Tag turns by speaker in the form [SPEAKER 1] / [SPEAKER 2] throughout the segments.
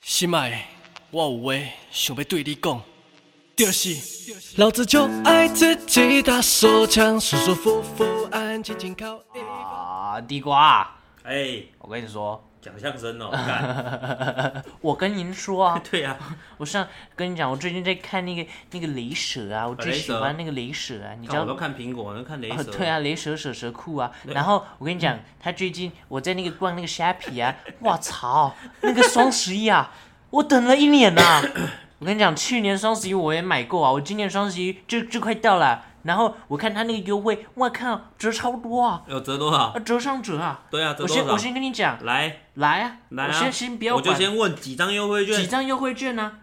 [SPEAKER 1] 心爱的，我有话想要对你讲，就是老子就爱自己打手枪，舒舒服服，安安静静靠一
[SPEAKER 2] 啊，地瓜，
[SPEAKER 3] 哎、
[SPEAKER 2] 我跟你说，
[SPEAKER 3] 讲相声哦，干
[SPEAKER 2] 我跟您说 啊，
[SPEAKER 3] 对啊，
[SPEAKER 2] 我上跟你讲，我最近在看那个那个雷蛇啊，我最喜欢那个雷蛇啊，你知
[SPEAKER 3] 看
[SPEAKER 2] 道
[SPEAKER 3] 我都看苹果，我都看雷
[SPEAKER 2] 哦，
[SPEAKER 3] 蛇，嗯
[SPEAKER 2] 对啊，雷蛇蛇蛇裤啊。然后我跟你讲，他最近我在那个逛那个虾皮啊，我操，那个双十一啊，我等了一年呐、 我跟你讲，去年双十一我也买过啊，我今年双十一就就快到了。然后我看他那个优惠，我靠，折超多啊，
[SPEAKER 3] 有折多少
[SPEAKER 2] 啊？折上折啊。
[SPEAKER 3] 对啊，折
[SPEAKER 2] 我
[SPEAKER 3] 多
[SPEAKER 2] 先我
[SPEAKER 3] 少？
[SPEAKER 2] 先跟你讲，
[SPEAKER 3] 来
[SPEAKER 2] 来啊，
[SPEAKER 3] 来
[SPEAKER 2] 我
[SPEAKER 3] 啊，
[SPEAKER 2] 先先不要
[SPEAKER 3] 我就
[SPEAKER 2] 管
[SPEAKER 3] 先问几张优惠
[SPEAKER 2] 几
[SPEAKER 3] 券，
[SPEAKER 2] 张优惠券呢、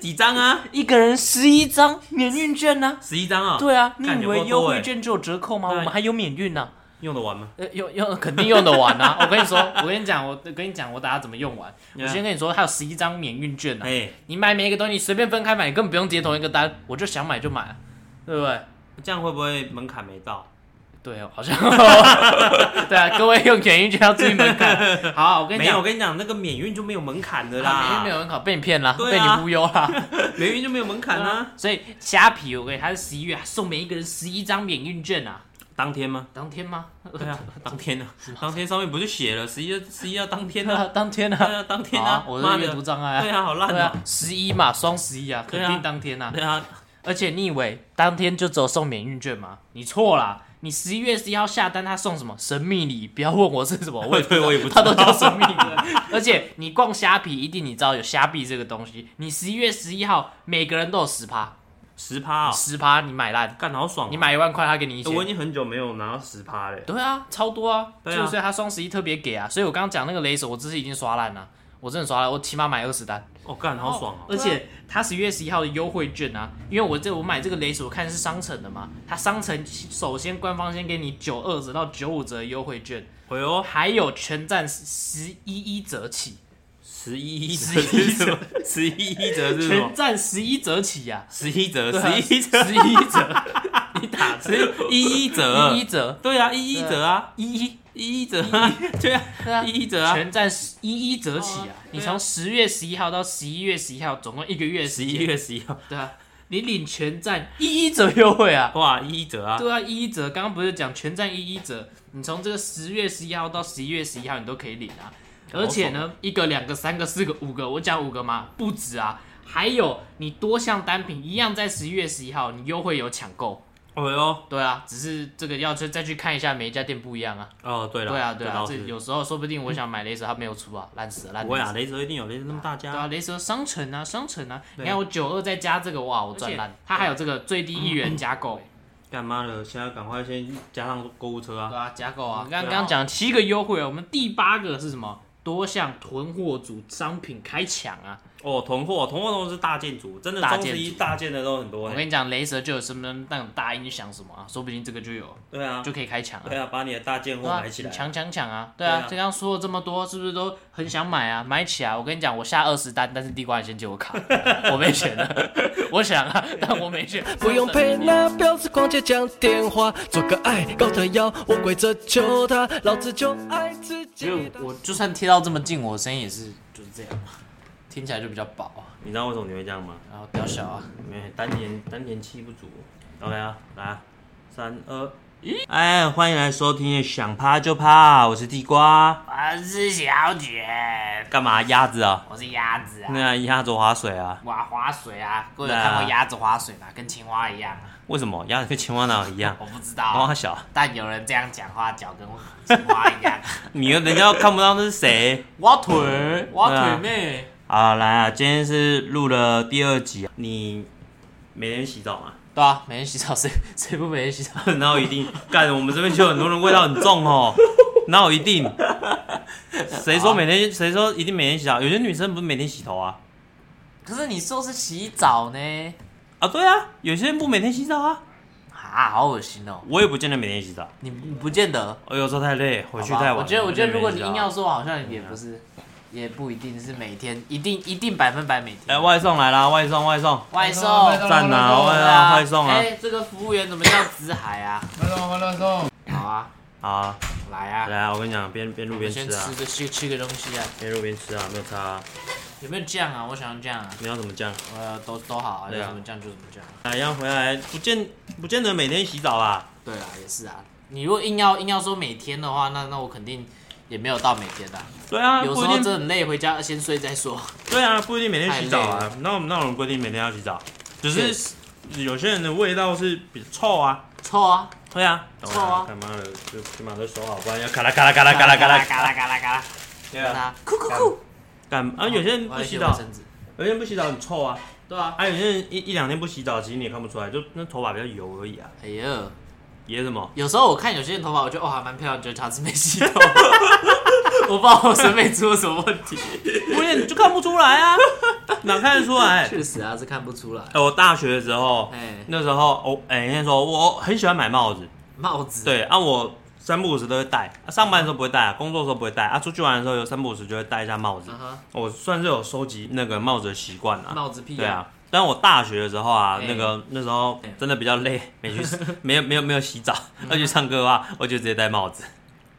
[SPEAKER 3] 几张啊？
[SPEAKER 2] 一个人十一张免运券呢、
[SPEAKER 3] 十一张啊？
[SPEAKER 2] 对啊，你
[SPEAKER 3] 干
[SPEAKER 2] 以
[SPEAKER 3] 有够
[SPEAKER 2] 为
[SPEAKER 3] 多
[SPEAKER 2] 优惠
[SPEAKER 3] 欸
[SPEAKER 2] 券只有折扣吗？我
[SPEAKER 3] 那
[SPEAKER 2] 们还有免运呢、
[SPEAKER 3] 用得完吗？
[SPEAKER 2] 呃，用用 肯定用得完啊！我跟你说，我跟你讲，我跟你讲，我等下怎么用完。我
[SPEAKER 3] Yeah
[SPEAKER 2] 先跟你说，还有十一张免运券呢、
[SPEAKER 3] 哎，
[SPEAKER 2] 你买每一个东西随便分开买，你根本不用接同一个单，我就想买就买啊，对不对？
[SPEAKER 3] 这样会不会门槛没到？
[SPEAKER 2] 对哦，好 像对啊，各位用免运券要注意门槛。好，我跟你
[SPEAKER 3] 没有，
[SPEAKER 2] 讲
[SPEAKER 3] 我，跟你讲，那个免运就没有门槛的
[SPEAKER 2] 啊免运没
[SPEAKER 3] 啦，
[SPEAKER 2] 有人考，被你骗了，
[SPEAKER 3] 对
[SPEAKER 2] 被
[SPEAKER 3] 啊
[SPEAKER 2] 你忽悠了。
[SPEAKER 3] 免运就没有门槛啊。
[SPEAKER 2] 所以虾皮，我跟你，它是十一月它送每一个人十一张免运券啊，
[SPEAKER 3] 当天吗？
[SPEAKER 2] 当天吗？
[SPEAKER 3] 对啊，当天啊，当天上面不就写了十一十一要当天
[SPEAKER 2] 对
[SPEAKER 3] 啊？
[SPEAKER 2] 啊， 当天
[SPEAKER 3] 对
[SPEAKER 2] 啊，
[SPEAKER 3] 啊，当天
[SPEAKER 2] 好
[SPEAKER 3] 啊
[SPEAKER 2] 啊，，我
[SPEAKER 3] 妈
[SPEAKER 2] 是阅
[SPEAKER 3] 的
[SPEAKER 2] 读，障碍啊
[SPEAKER 3] 对。啊，好烂
[SPEAKER 2] 对啊
[SPEAKER 3] 啊，，
[SPEAKER 2] 十一嘛，双十一啊，肯
[SPEAKER 3] 对啊
[SPEAKER 2] 定当天啊。
[SPEAKER 3] 对啊，
[SPEAKER 2] 而且你以为当天就只有送免运券吗？你错啦！你十一月十一号下单，他送什么神秘礼？不要问我是什么， 我也
[SPEAKER 3] 对我也不知
[SPEAKER 2] 他
[SPEAKER 3] 道
[SPEAKER 2] 都叫神秘礼。而且你逛虾皮，一定你知道有虾币这个东西。你十一月十一号，每个人都有十趴，
[SPEAKER 3] 十趴哦，
[SPEAKER 2] 十趴你买烂，
[SPEAKER 3] 干好爽哦
[SPEAKER 2] 你。买一万块，他给你一
[SPEAKER 3] 欸我
[SPEAKER 2] 千。
[SPEAKER 3] 已经很久没有拿到十趴嘞，
[SPEAKER 2] 对啊，超多啊！
[SPEAKER 3] 对啊
[SPEAKER 2] 就是所以他双十一特别给啊，所以我刚刚讲那个雷手，我这次已经刷烂了，我真的刷烂，我起码买二十单。
[SPEAKER 3] 哦，干好爽哦！
[SPEAKER 2] 而且它十一月十一号的优惠券啊，因为我这我买这个雷索看是商城的嘛，它商城首先官方先给你九二折到九五折的优惠券，
[SPEAKER 3] 哎呦，
[SPEAKER 2] 还有全站十一一折起，
[SPEAKER 3] 十一折是什么？ 十一折是什么
[SPEAKER 2] 全？站十一折起呀、
[SPEAKER 3] 十一折，
[SPEAKER 2] 对啊，
[SPEAKER 3] 十一折，
[SPEAKER 2] 十一 折，你打
[SPEAKER 3] 十一折，
[SPEAKER 2] 一一折，
[SPEAKER 3] 对啊，一一折啊，
[SPEAKER 2] 一一
[SPEAKER 3] 一一折啊，对
[SPEAKER 2] 对
[SPEAKER 3] 啊，
[SPEAKER 2] 啊
[SPEAKER 3] 一一折啊，
[SPEAKER 2] 全站一一折起啊！你
[SPEAKER 3] 对啊
[SPEAKER 2] 从十月十一号到十一月十一号，总共一个月
[SPEAKER 3] 十
[SPEAKER 2] 时
[SPEAKER 3] 一
[SPEAKER 2] 间，
[SPEAKER 3] 月十一号，
[SPEAKER 2] 对啊，你领全站一一折优惠啊！
[SPEAKER 3] 哇，一一折啊，
[SPEAKER 2] 对啊，一一折，刚刚不是讲全站一一折？你从这个十月十一号到十一月十一号，你都可以领啊。而且
[SPEAKER 3] 哦
[SPEAKER 2] 呢，一个、两个、三个、四个、五个，我讲五个嘛，不止啊。还有你多项单品一样在十一月十一号，你优惠有抢购。
[SPEAKER 3] 哎呦，
[SPEAKER 2] 对啊，只是这个要去再去看一下每一家店不一样啊。
[SPEAKER 3] 哦，对了，
[SPEAKER 2] 对啊，对
[SPEAKER 3] 这
[SPEAKER 2] 啊
[SPEAKER 3] 倒，
[SPEAKER 2] 这
[SPEAKER 3] 是
[SPEAKER 2] 有时候说不定我想买雷蛇，它没有出啊，烂死了，烂
[SPEAKER 3] 不会啊，
[SPEAKER 2] 死了。
[SPEAKER 3] 雷蛇一定有雷蛇那么大
[SPEAKER 2] 对
[SPEAKER 3] 家，
[SPEAKER 2] 啊，雷蛇商城啊，商城啊，你
[SPEAKER 3] 对
[SPEAKER 2] 看我九二再加这个，哇，我赚烂。它还有这个最低一元加购。
[SPEAKER 3] 干妈的，现在赶快先加上购物车啊，
[SPEAKER 2] 对啊，加购啊！
[SPEAKER 3] 嗯
[SPEAKER 2] 刚
[SPEAKER 3] 对啊
[SPEAKER 2] 刚讲七个优惠啊，我们第八个是什么？多项囤货组商品开抢啊！
[SPEAKER 3] 哦，囤货，囤货都是大件组，真的
[SPEAKER 2] 大
[SPEAKER 3] 双
[SPEAKER 2] 件组
[SPEAKER 3] 十一大件的都很多
[SPEAKER 2] 我
[SPEAKER 3] 呢，
[SPEAKER 2] 跟你讲，雷蛇就有什么那种大音响什么啊，说不定这个就有，
[SPEAKER 3] 对啊，
[SPEAKER 2] 就可以开抢啊
[SPEAKER 3] 对！啊，把你的大件货
[SPEAKER 2] 对啊
[SPEAKER 3] 买起，来，
[SPEAKER 2] 抢抢抢啊！对
[SPEAKER 3] 对啊
[SPEAKER 2] 啊，刚刚说了这么多，是不是都很想买啊？买起来！我跟你讲，我下二十单，但是地瓜你先借我卡， 我没钱了，我想啊，但我没钱，
[SPEAKER 1] 不用陪那婊子逛街讲电话，做个爱高的腰，我跪着求她，老子就爱自己
[SPEAKER 2] 就
[SPEAKER 1] 打。
[SPEAKER 2] 我就算贴到这么近，我声音也是就是这样嘛，听起来就比较薄啊，
[SPEAKER 3] 你知道为什么你会这样吗？
[SPEAKER 2] 然后比较小啊。
[SPEAKER 3] 因为丹田丹田气不足。OK 啊，来啊，三二一，哎，欢迎来收听，想趴就趴，我是地瓜。
[SPEAKER 2] 我是小姐，
[SPEAKER 3] 干嘛鸭子啊？
[SPEAKER 2] 我是鸭子啊，
[SPEAKER 3] 那鸭子划水啊？
[SPEAKER 2] 我划水啊，各位有
[SPEAKER 3] 那
[SPEAKER 2] 看过鸭子划水吗？跟青蛙一样啊，
[SPEAKER 3] 为什么鸭子跟青蛙哪有一样？哦
[SPEAKER 2] 我不知
[SPEAKER 3] 蛙
[SPEAKER 2] 道，啊
[SPEAKER 3] 小，
[SPEAKER 2] 但有人这样讲话，脚跟青蛙一样，啊
[SPEAKER 3] 你又人家又看不到那是谁。
[SPEAKER 2] 挖腿，挖
[SPEAKER 3] 对
[SPEAKER 2] 腿
[SPEAKER 3] 啊
[SPEAKER 2] 妹，
[SPEAKER 3] 好，来啊，今天是录了第二集啊，你每天洗澡吗？
[SPEAKER 2] 对啊，每天洗澡，谁谁不每天洗 澡？
[SPEAKER 3] 那我一定干，我们这边就有很多人味道很重哦。那我一定，谁说每天谁说一定每天洗澡？有些女生不是每天洗头啊？
[SPEAKER 2] 可是你说是洗澡呢，
[SPEAKER 3] 啊，对啊，有些人不每天洗澡啊，
[SPEAKER 2] 啊，好恶心哦，
[SPEAKER 3] 我也不见得每天洗澡，
[SPEAKER 2] 你你不见得，
[SPEAKER 3] 我有时候太累，回
[SPEAKER 2] 好
[SPEAKER 3] 去
[SPEAKER 2] 吧
[SPEAKER 3] 太晚了。
[SPEAKER 2] 我觉得我觉得如果你
[SPEAKER 3] 不见
[SPEAKER 2] 硬
[SPEAKER 3] 每天洗澡啊
[SPEAKER 2] 要，说，好像也不是，也不一定是每天，一定一定百分百每
[SPEAKER 3] 哎，
[SPEAKER 2] 天，
[SPEAKER 3] 外送来啦，外送外送，
[SPEAKER 2] 外送。
[SPEAKER 3] 赞啊，外
[SPEAKER 2] 对哎
[SPEAKER 3] 啊，外送啊
[SPEAKER 2] 哎、，这个服务员怎么叫子海啊？
[SPEAKER 4] 欢乐欢乐颂，
[SPEAKER 2] 好啊，
[SPEAKER 3] 好啊，
[SPEAKER 2] 来啊，
[SPEAKER 3] 来啊，我跟你讲，边边录
[SPEAKER 2] 我
[SPEAKER 3] 边
[SPEAKER 2] 先
[SPEAKER 3] 吃啊
[SPEAKER 2] 吃，个吃吃个东西啊，
[SPEAKER 3] 边录边吃啊，没有差啊。
[SPEAKER 2] 有没有酱啊？我想要酱啊，
[SPEAKER 3] 你要怎么酱？
[SPEAKER 2] 呃，都都好啊，有
[SPEAKER 3] 对啊
[SPEAKER 2] 什么酱就怎么酱。
[SPEAKER 3] 哪样回来不见不见得每天洗澡啦。
[SPEAKER 2] 对啊，也是啊。你如果硬要硬要说每天的话，那那我肯定也没有到每天的啊、
[SPEAKER 3] 对啊，
[SPEAKER 2] 有时
[SPEAKER 3] 不一
[SPEAKER 2] 候
[SPEAKER 3] 定
[SPEAKER 2] 真的很累，回家先睡再说。
[SPEAKER 3] 对啊，不一定每天洗澡
[SPEAKER 2] 太
[SPEAKER 3] 啊。那我们那我们规定每天要洗澡，只
[SPEAKER 2] 确
[SPEAKER 3] 是有些人的味道是比臭啊。
[SPEAKER 2] 臭啊！
[SPEAKER 3] 对啊，
[SPEAKER 2] 臭啊
[SPEAKER 3] 他妈的，就起码都收好，不然要咔啦咔啦咔啦咔啦咔啦
[SPEAKER 2] 嘎啦嘎啦嘎啦，
[SPEAKER 3] 对
[SPEAKER 2] 让
[SPEAKER 3] 啊，
[SPEAKER 2] 它酷酷酷。
[SPEAKER 3] 干啊！有些人不洗
[SPEAKER 2] 我要
[SPEAKER 3] 澡
[SPEAKER 2] 去卫，生纸
[SPEAKER 3] 有些人不洗澡很臭啊。
[SPEAKER 2] 对啊。
[SPEAKER 3] 啊，有些人一一两天不洗澡，其实你也看不出来，就那头发比较油而已啊。
[SPEAKER 2] 哎呦，
[SPEAKER 3] 也什么？
[SPEAKER 2] 有时候我看有些人头发，我觉得哦还蛮漂亮，就他是没洗头。 我不知道我审美出了什么 问题。
[SPEAKER 3] 不是，你就看不出来啊， 哪看得出来？
[SPEAKER 2] 确实啊，是看不出来。
[SPEAKER 3] 哎，我大学的时候，
[SPEAKER 2] 哎，
[SPEAKER 3] 那时候我哎那时候我很喜欢买帽子，
[SPEAKER 2] 帽子。
[SPEAKER 3] 对啊，我三不五时都会戴，啊上班的时候不会戴啊，工作的时候不会戴啊，出去玩的时候有三不五时就会戴一下帽子
[SPEAKER 2] 啊。哈，
[SPEAKER 3] 我算是有收集那个帽子的习惯啊。
[SPEAKER 2] 帽子屁
[SPEAKER 3] 对。啊，但我大学的时候啊，
[SPEAKER 2] 哎
[SPEAKER 3] 那个那时候
[SPEAKER 2] 哎
[SPEAKER 3] 真的比较 累，没去没有没有没有洗澡，要去唱歌的话，我就直接戴帽子，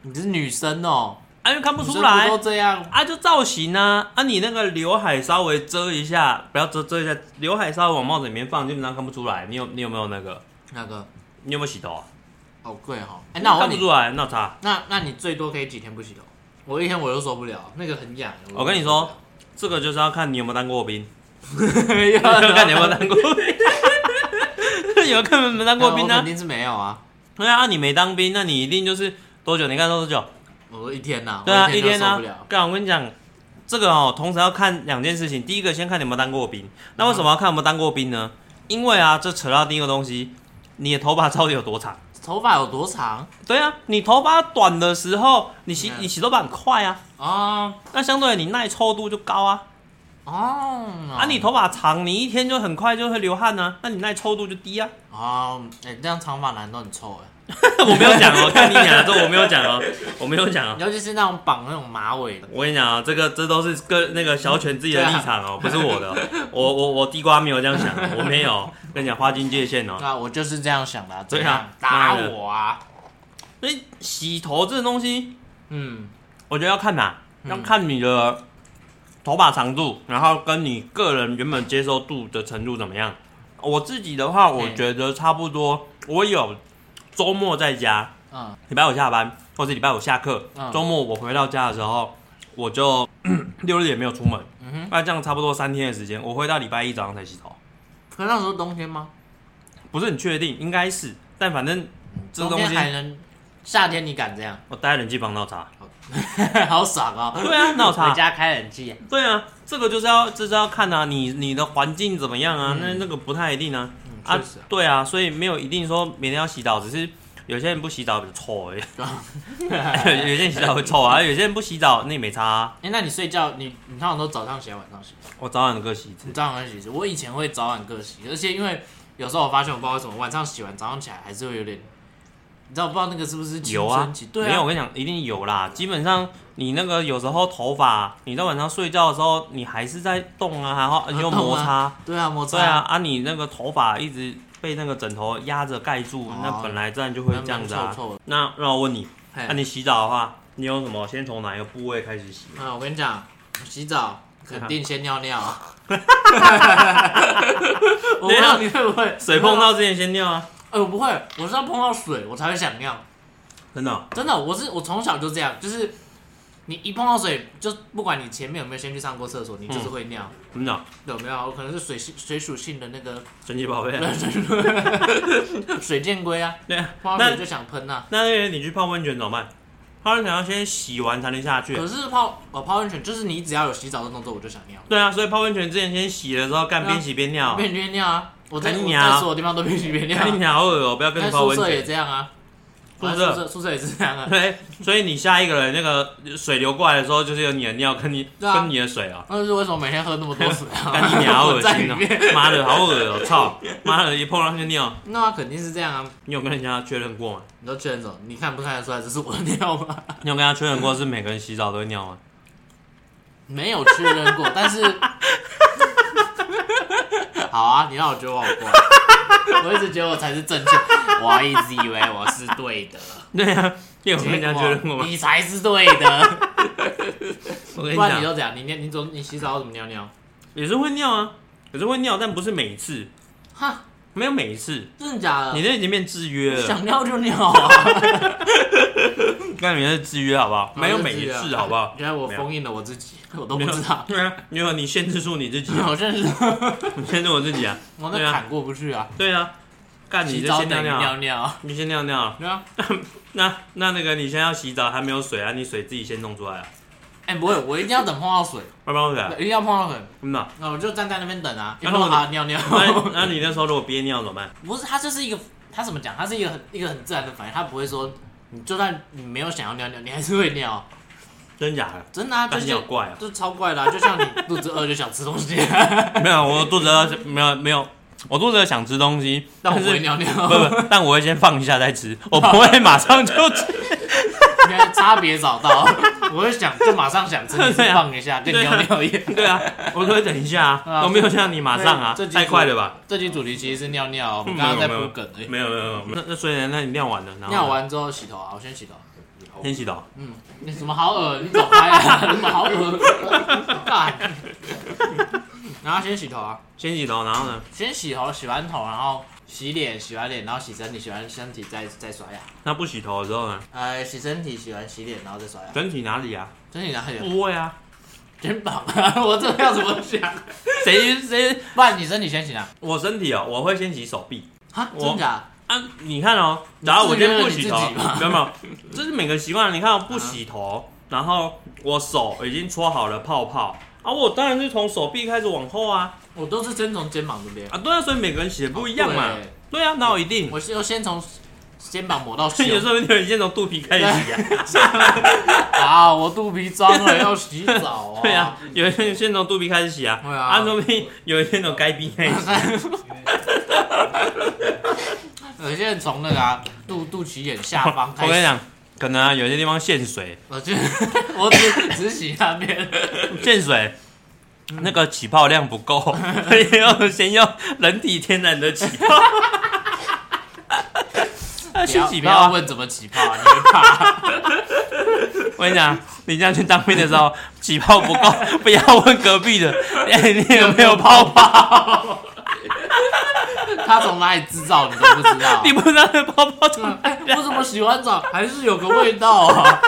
[SPEAKER 2] 你是女生哦，
[SPEAKER 3] 啊，因为看不出
[SPEAKER 2] 女
[SPEAKER 3] 来
[SPEAKER 2] 生不都这样。
[SPEAKER 3] 啊，就造型啊，啊，你那个刘海稍微遮一下，不要遮遮一下，刘海稍微往帽子里面放，基本上看不出来。你有你有没有那个？
[SPEAKER 2] 那个
[SPEAKER 3] 你有没有洗头啊？
[SPEAKER 2] 好贵哈。哎，那我问
[SPEAKER 3] 看
[SPEAKER 2] 你
[SPEAKER 3] 不，出来，那有差。
[SPEAKER 2] 那那你最多可以几天不洗头？我一天我都受不了，那个很痒。
[SPEAKER 3] 我跟你说， 这个就是要看你有没有当过兵，
[SPEAKER 2] 要
[SPEAKER 3] 要 看你有没有当
[SPEAKER 2] 啊
[SPEAKER 3] 过兵。有看没有当过兵
[SPEAKER 2] 我肯
[SPEAKER 3] 啊？
[SPEAKER 2] 定是没有啊，
[SPEAKER 3] 对啊，啊你没当兵，那你一定就是多久？你看多久？
[SPEAKER 2] 我哦说一天呐、
[SPEAKER 3] 对啊，
[SPEAKER 2] 我
[SPEAKER 3] 一
[SPEAKER 2] 就
[SPEAKER 3] 天
[SPEAKER 2] 受
[SPEAKER 3] 啊
[SPEAKER 2] 不了。。
[SPEAKER 3] 干，我跟你讲，这个哦，同时要看两件事情。第一个，先看你有没有当过兵。那为什么要看有没有当过兵呢？因为啊，这扯到第一个东西，你的头发到底有多长？
[SPEAKER 2] 头发有多长
[SPEAKER 3] 对啊，你头发短的时候，你洗
[SPEAKER 2] 嗯
[SPEAKER 3] 你洗头发很快啊，
[SPEAKER 2] 哦
[SPEAKER 3] 那相对的你耐抽度就高啊。
[SPEAKER 2] 哦，
[SPEAKER 3] 啊，你头发长，你一天就很快就会流汗啊，那你耐抽度就低啊。
[SPEAKER 2] 哦，哎、这样长发男都很臭哎、
[SPEAKER 3] 我没有讲哦，看你讲这我没有讲哦，我没有讲哦。
[SPEAKER 2] 尤其是那种绑那种马尾的，
[SPEAKER 3] 我跟你讲啊，这个这都是个那个小犬自己的立场哦，不是我的哦、我我我地瓜没有这样想，哦我没有。跟你讲，划清界限哦
[SPEAKER 2] 对。啊，我就是这样想的、啊，
[SPEAKER 3] 对啊
[SPEAKER 2] 怎样打
[SPEAKER 3] 妈的
[SPEAKER 2] 我啊，
[SPEAKER 3] 所以洗头这个东西，
[SPEAKER 2] 嗯，
[SPEAKER 3] 我觉得要看哪，
[SPEAKER 2] 嗯
[SPEAKER 3] 要看你的头发长度，然后跟你个人原本接受度的程度怎么样。我自己的话，我觉得差不多。我有周末在家，
[SPEAKER 2] 嗯，
[SPEAKER 3] 礼拜五下班，或是礼拜五下课
[SPEAKER 2] 嗯，
[SPEAKER 3] 周、末我回到家的时候，我就 六日也没有出门，
[SPEAKER 2] 嗯哼
[SPEAKER 3] 那、这样差不多三天的时间，我会到礼拜一早上才洗头，
[SPEAKER 2] 可那时候冬天吗？
[SPEAKER 3] 不是很确定，应该是，但反正这
[SPEAKER 2] 冬
[SPEAKER 3] 东
[SPEAKER 2] 天
[SPEAKER 3] 西
[SPEAKER 2] 还能，夏天你敢这样，
[SPEAKER 3] 我待在冷气房闹茶，
[SPEAKER 2] 好爽哦，
[SPEAKER 3] 对啊，闹
[SPEAKER 2] 回
[SPEAKER 3] 茶，
[SPEAKER 2] 家开冷气、
[SPEAKER 3] 对啊，这个就是要这是要看啊，你你的环境怎么样啊，
[SPEAKER 2] 嗯
[SPEAKER 3] 那那个不太一定啊，
[SPEAKER 2] 嗯
[SPEAKER 3] 啊
[SPEAKER 2] 确实啊，
[SPEAKER 3] 对啊，所以没有一定说每天要洗澡，只是有些人不洗澡比较 臭而已， 有些人洗澡会臭啊，有些人不洗澡那也没差、啊，
[SPEAKER 2] 哎、那你睡觉，你你通常都早上洗，还是晚上洗？
[SPEAKER 3] 我早晚各洗一次
[SPEAKER 2] 你。早晚洗，我以前会早晚各洗，而且因为有时候我发现我不知道为什么晚上洗完早上起来还是会有点，你知道我不知道那个是不是青
[SPEAKER 3] 有啊
[SPEAKER 2] 春期？，对
[SPEAKER 3] 没有，
[SPEAKER 2] 啊
[SPEAKER 3] 我，跟你讲，一定有啦。基本上你那个有时候头发，你在晚上睡觉的时候，你还是在动啊，然后 你有摩擦，
[SPEAKER 2] 对啊，摩擦
[SPEAKER 3] 对啊，，啊，你那个头发一直被那个枕头压着盖住，
[SPEAKER 2] 哦
[SPEAKER 3] 那本来自然就会这样子啊。
[SPEAKER 2] 那蛮臭臭的
[SPEAKER 3] 那让我问你，
[SPEAKER 2] 嘿
[SPEAKER 3] 那、你洗澡的话，你有什么先从哪一个部位开始洗？
[SPEAKER 2] 嗯，我跟你讲，洗澡肯定先尿尿啊。 我不知道你会不会
[SPEAKER 3] 水碰，到之前先尿啊，
[SPEAKER 2] 哎、我不会，我是要碰到水我才会想尿，
[SPEAKER 3] 真的哦、
[SPEAKER 2] 真的，我是我从小就这样，就是你一碰到水，就不管你前面有没有先去上过厕所，你就是会尿。
[SPEAKER 3] 真的哦、
[SPEAKER 2] 有没有？我可能是水性水属性的那个
[SPEAKER 3] 神奇宝贝 啊。
[SPEAKER 2] 水箭龟啊，
[SPEAKER 3] 对啊，
[SPEAKER 2] 泡水
[SPEAKER 3] 那
[SPEAKER 2] 就想喷呐、
[SPEAKER 3] 那那你去泡温泉怎么办？泡温泉要先洗完才能下去。
[SPEAKER 2] 可是泡我泡温泉，就是你只要有洗澡的动作，我就想尿，
[SPEAKER 3] 对啊，所以泡温泉之前先洗的时候，干
[SPEAKER 2] 对啊
[SPEAKER 3] 边洗边尿。
[SPEAKER 2] 边边尿啊！我在
[SPEAKER 3] 哦干
[SPEAKER 2] 我
[SPEAKER 3] 你啊
[SPEAKER 2] 在所有地方都边洗 边尿啊，
[SPEAKER 3] 看你好恶哦、不要跟
[SPEAKER 2] 在
[SPEAKER 3] 你泡
[SPEAKER 2] 宿
[SPEAKER 3] 温
[SPEAKER 2] 舍也
[SPEAKER 3] 泉。
[SPEAKER 2] 这样啊，
[SPEAKER 3] 宿
[SPEAKER 2] 我在
[SPEAKER 3] 舍
[SPEAKER 2] 宿舍宿舍也是这样啊。
[SPEAKER 3] 对，所以你下一个人那个水流过来的时候，就是有你的尿跟你、
[SPEAKER 2] 对啊
[SPEAKER 3] 跟你的水啊、
[SPEAKER 2] 那就是为什么每天喝那么多水啊？
[SPEAKER 3] 干你娘，好
[SPEAKER 2] 我
[SPEAKER 3] 恶
[SPEAKER 2] 在
[SPEAKER 3] 心
[SPEAKER 2] 里
[SPEAKER 3] 哦、
[SPEAKER 2] 面，
[SPEAKER 3] 妈的，好恶哦、操！妈的，一碰上就尿，
[SPEAKER 2] 那肯定是这样啊！
[SPEAKER 3] 你有跟人家确认过吗？
[SPEAKER 2] 你都确认走，你看不看得出来这是我的尿吗？
[SPEAKER 3] 你有跟他确认过是每个人洗澡都会尿吗？
[SPEAKER 2] 没有确认过，但是，好啊，你让我觉得我好怪，我一直觉得我才是正确，我一直以为我是对的，
[SPEAKER 3] 对啊，因为我跟你讲，觉得我，
[SPEAKER 2] 你才是对的，
[SPEAKER 3] 我跟你
[SPEAKER 2] 不然你
[SPEAKER 3] 讲，
[SPEAKER 2] 都这样，你尿你怎么你洗澡怎么尿尿？
[SPEAKER 3] 也是会尿啊，也是会尿，但不是每一次，
[SPEAKER 2] 哈，
[SPEAKER 3] 没有每一次，
[SPEAKER 2] 真的假的？
[SPEAKER 3] 你那已经变制约了，
[SPEAKER 2] 啊想尿就尿啊！
[SPEAKER 3] 那你那是制约好不好？没有
[SPEAKER 2] 啊
[SPEAKER 3] 每一次好不好？
[SPEAKER 2] 原来我
[SPEAKER 3] 没有
[SPEAKER 2] 封印了我自己，我都不知道。
[SPEAKER 3] 对啊，因为你限制住你 自己啊，
[SPEAKER 2] 我真是，
[SPEAKER 3] 你限制我自己啊，
[SPEAKER 2] 我
[SPEAKER 3] 对
[SPEAKER 2] 那
[SPEAKER 3] 啊
[SPEAKER 2] 坎过不去啊！
[SPEAKER 3] 对啊，干你
[SPEAKER 2] 洗
[SPEAKER 3] 就
[SPEAKER 2] 澡
[SPEAKER 3] 先
[SPEAKER 2] 等于
[SPEAKER 3] 尿尿
[SPEAKER 2] 尿
[SPEAKER 3] 啊，
[SPEAKER 2] 尿，
[SPEAKER 3] 你先尿尿啊，
[SPEAKER 2] 对啊。
[SPEAKER 3] 那那那个你先要洗澡还没有水啊，你水自己先弄出来啊，
[SPEAKER 2] 哎，不会，我一定要等碰到水，
[SPEAKER 3] 要不然会水啊
[SPEAKER 2] 对，一定要碰到水，
[SPEAKER 3] 真的 啊。
[SPEAKER 2] 那我就站在那边等啊，一
[SPEAKER 3] 那
[SPEAKER 2] 碰到
[SPEAKER 3] 如果
[SPEAKER 2] 啊尿尿。
[SPEAKER 3] 那那你那时候如果憋尿怎么办？
[SPEAKER 2] 不是，它就是一个，它怎么讲？它是一个很一个很自然的反应，它不会说你就算你没有想要尿尿，你还是会尿，
[SPEAKER 3] 真假的？
[SPEAKER 2] 真的啊，就
[SPEAKER 3] 干
[SPEAKER 2] 是
[SPEAKER 3] 尿怪啊！
[SPEAKER 2] 就超怪的啊、就像你肚子饿就想吃东西，啊
[SPEAKER 3] 没有，我肚子饿，没有没有，我肚子饿想吃东西，
[SPEAKER 2] 但
[SPEAKER 3] 但
[SPEAKER 2] 我不
[SPEAKER 3] 是
[SPEAKER 2] 会尿尿，
[SPEAKER 3] 不不，但我会先放一下再吃，我不会马上就吃。
[SPEAKER 2] 应该差别找到。 我会想就马上想吃，你
[SPEAKER 3] 对啊
[SPEAKER 2] 放一下跟
[SPEAKER 3] 对啊
[SPEAKER 2] 尿尿一样。
[SPEAKER 3] 对啊，我都会等一下啊，
[SPEAKER 2] 啊
[SPEAKER 3] 我没有像你马上啊
[SPEAKER 2] 对这，几
[SPEAKER 3] 太快了吧？嗯
[SPEAKER 2] 这期主题其实是尿尿，我们刚刚在铺梗而已。
[SPEAKER 3] 没有没有没有。那那所以呢，那你尿完了，然后
[SPEAKER 2] 尿完之后洗头啊，我先洗头。
[SPEAKER 3] 先洗澡，
[SPEAKER 2] 嗯，你什么好恶，你走开啊！你什么好恶，干。然后先洗头啊，
[SPEAKER 3] 先洗头，然后呢，
[SPEAKER 2] 先洗头，洗完头，然后洗脸，洗完脸，然后洗身体，洗完身体再再刷牙。
[SPEAKER 3] 那不洗头的时候呢，
[SPEAKER 2] 呃，洗身体，洗完洗脸，然后再刷牙。
[SPEAKER 3] 整体哪里啊？
[SPEAKER 2] 身体哪里有？
[SPEAKER 3] 不会啊，
[SPEAKER 2] 肩膀啊， 我这个要怎么想？
[SPEAKER 3] 谁谁
[SPEAKER 2] 不然你身体先洗啊？
[SPEAKER 3] 我身体哦，我会先洗手臂
[SPEAKER 2] 啊，
[SPEAKER 3] 我
[SPEAKER 2] 真假？
[SPEAKER 3] 啊。你看哦，假如我今天不洗头
[SPEAKER 2] 你自己，啊吗
[SPEAKER 3] 没有没有，这是每个习惯。你看我哦不洗头，然后我手已经搓好了泡泡啊，我当然是从手臂开始往后啊
[SPEAKER 2] 我都是先从肩膀这边，
[SPEAKER 3] 啊，对啊，所以每个人洗的不一样嘛
[SPEAKER 2] 对。
[SPEAKER 3] 对啊，那我一定。
[SPEAKER 2] 我哦是要先从肩膀 抹到胸。
[SPEAKER 3] 有时候你先从肚皮 开始洗啊，
[SPEAKER 2] 啊，我肚皮脏了，要洗澡啊。
[SPEAKER 3] 对啊，有一天先从肚皮开始洗啊，
[SPEAKER 2] 对啊
[SPEAKER 3] 说不定有一天从该逼开始 洗，
[SPEAKER 2] 有些人从那个啊肚肚脐眼下方开
[SPEAKER 3] 我
[SPEAKER 2] 始，
[SPEAKER 3] 跟你讲，可能啊有些地方限水，
[SPEAKER 2] 我就 我只只洗那边，
[SPEAKER 3] 限水。那个起泡量不够， 所以要先用人体天然的起泡。要
[SPEAKER 2] 不
[SPEAKER 3] 去
[SPEAKER 2] 要
[SPEAKER 3] 起
[SPEAKER 2] 不
[SPEAKER 3] 泡
[SPEAKER 2] 要
[SPEAKER 3] 啊！
[SPEAKER 2] 问怎么起泡啊，你会怕？
[SPEAKER 3] 我跟你讲，你这样去当兵的时候，起泡不够，不要问隔壁的，哎你 有没有泡泡？
[SPEAKER 2] 他从哪里制造你都不知道
[SPEAKER 3] 你。不知道那泡泡怎么
[SPEAKER 2] 嗯哎我怎么洗完澡还是有个味道啊？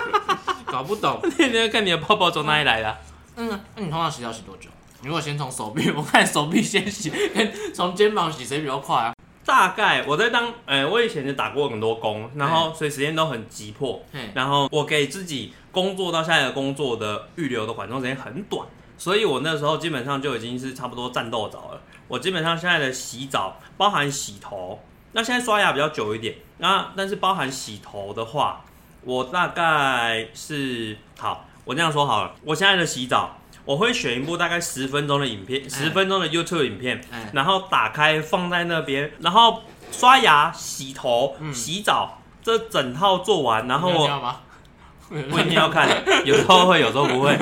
[SPEAKER 2] 搞不懂。
[SPEAKER 3] 你要看你的泡泡从哪里来的啊、
[SPEAKER 2] 嗯，那你通常洗澡洗多久？如果先从手臂，我看手臂先洗， 跟从肩膀洗谁比较快啊？
[SPEAKER 3] 大概我在当，呃、我以前就打过很多工，然后所以时间都很急迫
[SPEAKER 2] 嗯，
[SPEAKER 3] 然后我给自己工作到下一个工作的预留的缓冲时间很短，所以我那时候基本上就已经是差不多战斗澡了。我基本上现在的洗澡包含洗头，那现在刷牙比较久一点，那但是包含洗头的话，我大概是好，我这样说好了，我现在的洗澡。我会选一部大概十分钟的影片，十分钟的 YouTube 影片，
[SPEAKER 2] 哎，
[SPEAKER 3] 然后打开放在那边，然后刷牙、洗头、
[SPEAKER 2] 嗯
[SPEAKER 3] 洗澡，这整套做完，然后
[SPEAKER 2] 你有
[SPEAKER 3] 我
[SPEAKER 2] 尿 吗？
[SPEAKER 3] 不一定要 看，有时候会，有时候不会，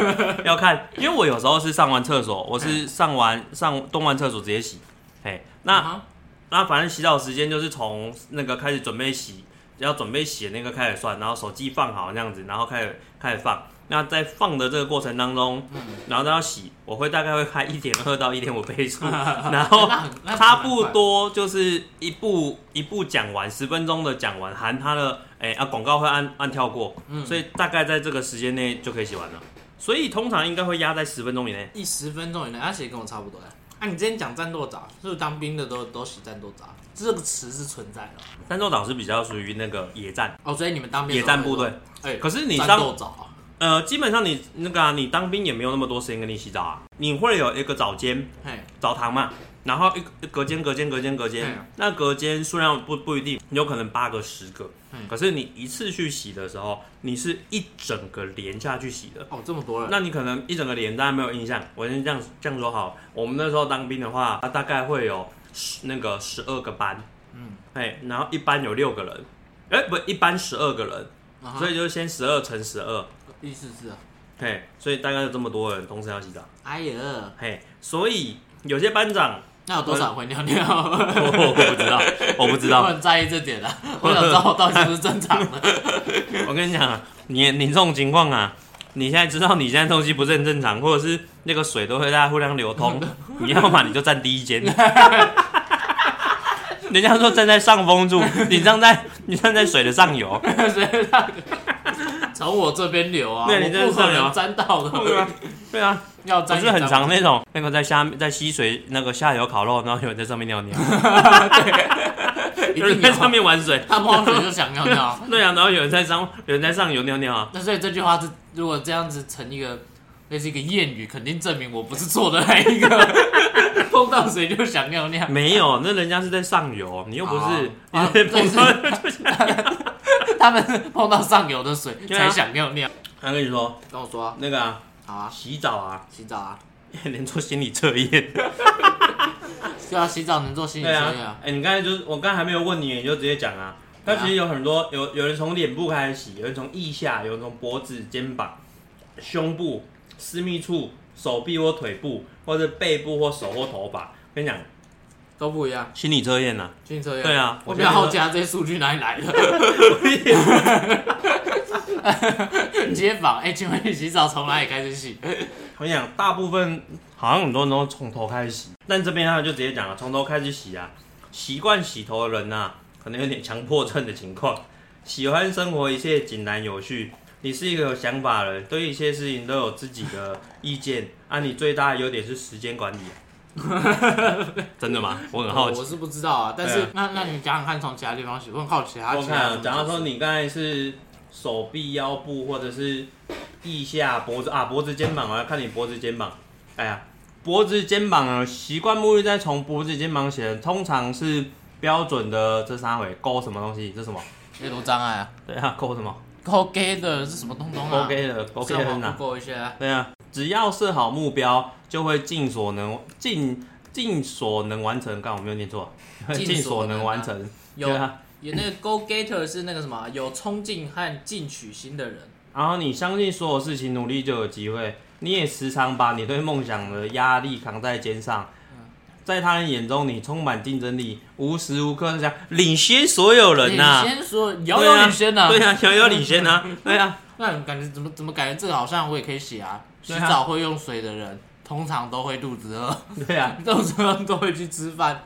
[SPEAKER 3] 要看，因为我有时候是上完厕所，我
[SPEAKER 2] 哎
[SPEAKER 3] 是上完上动完厕所直接洗，哎，那
[SPEAKER 2] 啊
[SPEAKER 3] 那反正洗澡时间就是从那个开始准备洗，要准备洗的那个开始算，然后手机放好那样子，然后开始开始放。那在放的这个过程当中，
[SPEAKER 2] 嗯
[SPEAKER 3] 然后都要洗，我会大概会开一点二到一点五 倍速， 然后
[SPEAKER 2] 那很那
[SPEAKER 3] 差不多就是一步一步讲完，十分钟的讲完，含它的哎、啊广告会按按跳过，
[SPEAKER 2] 嗯
[SPEAKER 3] 所以大概在这个时间内就可以洗完了。所以通常应该会压在十分钟以内。
[SPEAKER 2] 一十分钟以内，而且跟我差不多哎。啊，你之前讲战斗澡，是不是当兵的都都洗战斗澡？这个词是存在的
[SPEAKER 3] 战斗岛是比较属于那个野战
[SPEAKER 2] 哦，所以你们当兵
[SPEAKER 3] 野
[SPEAKER 2] 的时候
[SPEAKER 3] 战部队，
[SPEAKER 2] 哎，
[SPEAKER 3] 可是你
[SPEAKER 2] 战
[SPEAKER 3] 当
[SPEAKER 2] 斗澡啊
[SPEAKER 3] 呃基本上你那个、啊、你当兵也没有那么多时间跟你洗澡啊，你会有一个澡间
[SPEAKER 2] 嘿，
[SPEAKER 3] 澡堂嘛，然后一个隔间隔间隔间隔
[SPEAKER 2] 对
[SPEAKER 3] 间
[SPEAKER 2] 啊，
[SPEAKER 3] 那隔间数量不不一定，有可能八个十个
[SPEAKER 2] 嗯，
[SPEAKER 3] 可是你一次去洗的时候，你是一整个连下去洗的。
[SPEAKER 2] 哦，这么多人，
[SPEAKER 3] 那你可能一整个连大家没有印象，我先这样这样说好。我们那时候当兵的话，啊大概会有十那个十二个班，
[SPEAKER 2] 嗯，
[SPEAKER 3] 哎，然后一班有六个人，哎，不，一班十二个人，
[SPEAKER 2] 啊哈
[SPEAKER 3] 所以就是先十二乘十二，
[SPEAKER 2] 意思是啊，
[SPEAKER 3] 嘿，所以大概有这么多人同时要洗澡，
[SPEAKER 2] 哎呀，
[SPEAKER 3] 嘿，所以有些班长
[SPEAKER 2] 那有多少人会尿尿？
[SPEAKER 3] 我我不 知道， 我不知
[SPEAKER 2] 我
[SPEAKER 3] 道。
[SPEAKER 2] 很在意这点啊，我想知道我到底是不是正常 的。
[SPEAKER 3] 我跟你讲啊，你你这种情况啊，你现在知道你现在东西不是很正常，或者是那个水都会在互相流通，你要么你就站第一间。 人家说站在上风处，你站在你站在水的上游，
[SPEAKER 2] 从我这边流啊，
[SPEAKER 3] 对
[SPEAKER 2] 我
[SPEAKER 3] 你真的
[SPEAKER 2] 不
[SPEAKER 3] 是
[SPEAKER 2] 可
[SPEAKER 3] 流啊
[SPEAKER 2] 能沾到
[SPEAKER 3] 对
[SPEAKER 2] 的
[SPEAKER 3] 啊， 对啊，
[SPEAKER 2] 要
[SPEAKER 3] 我
[SPEAKER 2] 沾
[SPEAKER 3] 是
[SPEAKER 2] 也
[SPEAKER 3] 很
[SPEAKER 2] 沾不
[SPEAKER 3] 常那种那个在下面在溪水那个下游烤肉，然后有人在上面尿尿，
[SPEAKER 2] 一
[SPEAKER 3] 有人
[SPEAKER 2] 定
[SPEAKER 3] 在上
[SPEAKER 2] 有。啊
[SPEAKER 3] 面玩水，
[SPEAKER 2] 他摸水就想尿尿，
[SPEAKER 3] 对啊，然后有人在上有人在上游尿尿啊，
[SPEAKER 2] 那所以这句话是，如果这样子成一个类似一个谚语，肯定证明我不是错的那 一个，碰到谁就想尿尿。
[SPEAKER 3] 没有，那人家是在上游，你又不是，
[SPEAKER 2] 哦
[SPEAKER 3] 你是
[SPEAKER 2] 啊
[SPEAKER 3] 碰到
[SPEAKER 2] 他们是碰到上游的水
[SPEAKER 3] 对啊
[SPEAKER 2] 才想尿尿。
[SPEAKER 3] 他跟你说
[SPEAKER 2] 跟我说啊，
[SPEAKER 3] 那个啊，
[SPEAKER 2] 好啊，
[SPEAKER 3] 洗澡啊，
[SPEAKER 2] 洗澡啊，
[SPEAKER 3] 连做心理测验。啊
[SPEAKER 2] 对啊，洗澡能做心理测
[SPEAKER 3] 对
[SPEAKER 2] 验
[SPEAKER 3] 啊
[SPEAKER 2] 啊，，
[SPEAKER 3] 哎、你刚才就是我刚才还没有问你，你就直接讲啊。它
[SPEAKER 2] 对啊
[SPEAKER 3] 其实有很多，有有人从脸部开始洗，有人从腋下，有人从脖子、肩膀、胸部、私密处、手臂或腿部，或者背部或手或头发。跟你讲，
[SPEAKER 2] 都不一样，
[SPEAKER 3] 心理测验呐、
[SPEAKER 2] 心理测验。
[SPEAKER 3] 对啊，
[SPEAKER 2] 我
[SPEAKER 3] 我
[SPEAKER 2] 比较好
[SPEAKER 3] 觉
[SPEAKER 2] 奇他这些数据哪里来的。 街坊，哎、请问你洗澡从哪里开始洗？
[SPEAKER 3] 得。我跟你讲，大部分好像很多人都从头开始洗，但这边他就直接讲了，从头开始洗啊。习惯洗头的人呐、可能有点强迫症的情况，喜欢生活一切井然有序。你是一个有想法的人，对一些事情都有自己的意见。啊，你最大的优点是时间管理。啊 真的吗？我很好
[SPEAKER 2] 我
[SPEAKER 3] 奇。
[SPEAKER 2] 是不知道啊，但是、
[SPEAKER 3] 对啊
[SPEAKER 2] 那那你想想看，从其他地方洗，我很好奇他
[SPEAKER 3] 我
[SPEAKER 2] 其他
[SPEAKER 3] 看
[SPEAKER 2] 有
[SPEAKER 3] 啊
[SPEAKER 2] 什，么
[SPEAKER 3] 假如说
[SPEAKER 2] 东西
[SPEAKER 3] 你刚才是手臂、腰部或者是腋下、脖子啊、脖子、肩膀，我要看你脖子、肩膀。哎呀，脖子、肩膀啊，习惯沐浴在从脖子、肩膀洗的，通常是标准的这三回勾什么东西？这什么？
[SPEAKER 2] 阅读障碍啊，
[SPEAKER 3] 对 啊，勾什么？
[SPEAKER 2] 够 gay 的是什么东东
[SPEAKER 3] 勾
[SPEAKER 2] 啊？
[SPEAKER 3] K 的，勾 K
[SPEAKER 2] 上
[SPEAKER 3] 的
[SPEAKER 2] 网
[SPEAKER 3] 哪？
[SPEAKER 2] Google 一下，
[SPEAKER 3] 对啊，只要设好目标，就会尽所能尽尽所能完成。刚我没有念错，
[SPEAKER 2] 尽
[SPEAKER 3] 尽所
[SPEAKER 2] 所能
[SPEAKER 3] 能
[SPEAKER 2] 啊
[SPEAKER 3] 完成。
[SPEAKER 2] 有
[SPEAKER 3] 对啊，
[SPEAKER 2] 有那个 Go Getter 是那个什么，啊有冲劲和进取心的人。
[SPEAKER 3] 然后你相信所有事情努力就有机会，你也时常把你对梦想的压力扛在肩上，在他人眼中你充满竞争力，无时无刻想领先所有人呐、
[SPEAKER 2] 领先说遥
[SPEAKER 3] 对
[SPEAKER 2] 遥
[SPEAKER 3] 啊
[SPEAKER 2] 领先呐、
[SPEAKER 3] 对呀、遥遥领先呐、啊对呀、
[SPEAKER 2] 那你感觉怎么怎么感觉这个好像我也可以洗啊？洗
[SPEAKER 3] 对啊
[SPEAKER 2] 澡会用水的人，通常都会肚子饿，
[SPEAKER 3] 对呀、
[SPEAKER 2] 肚子饿都会去吃饭。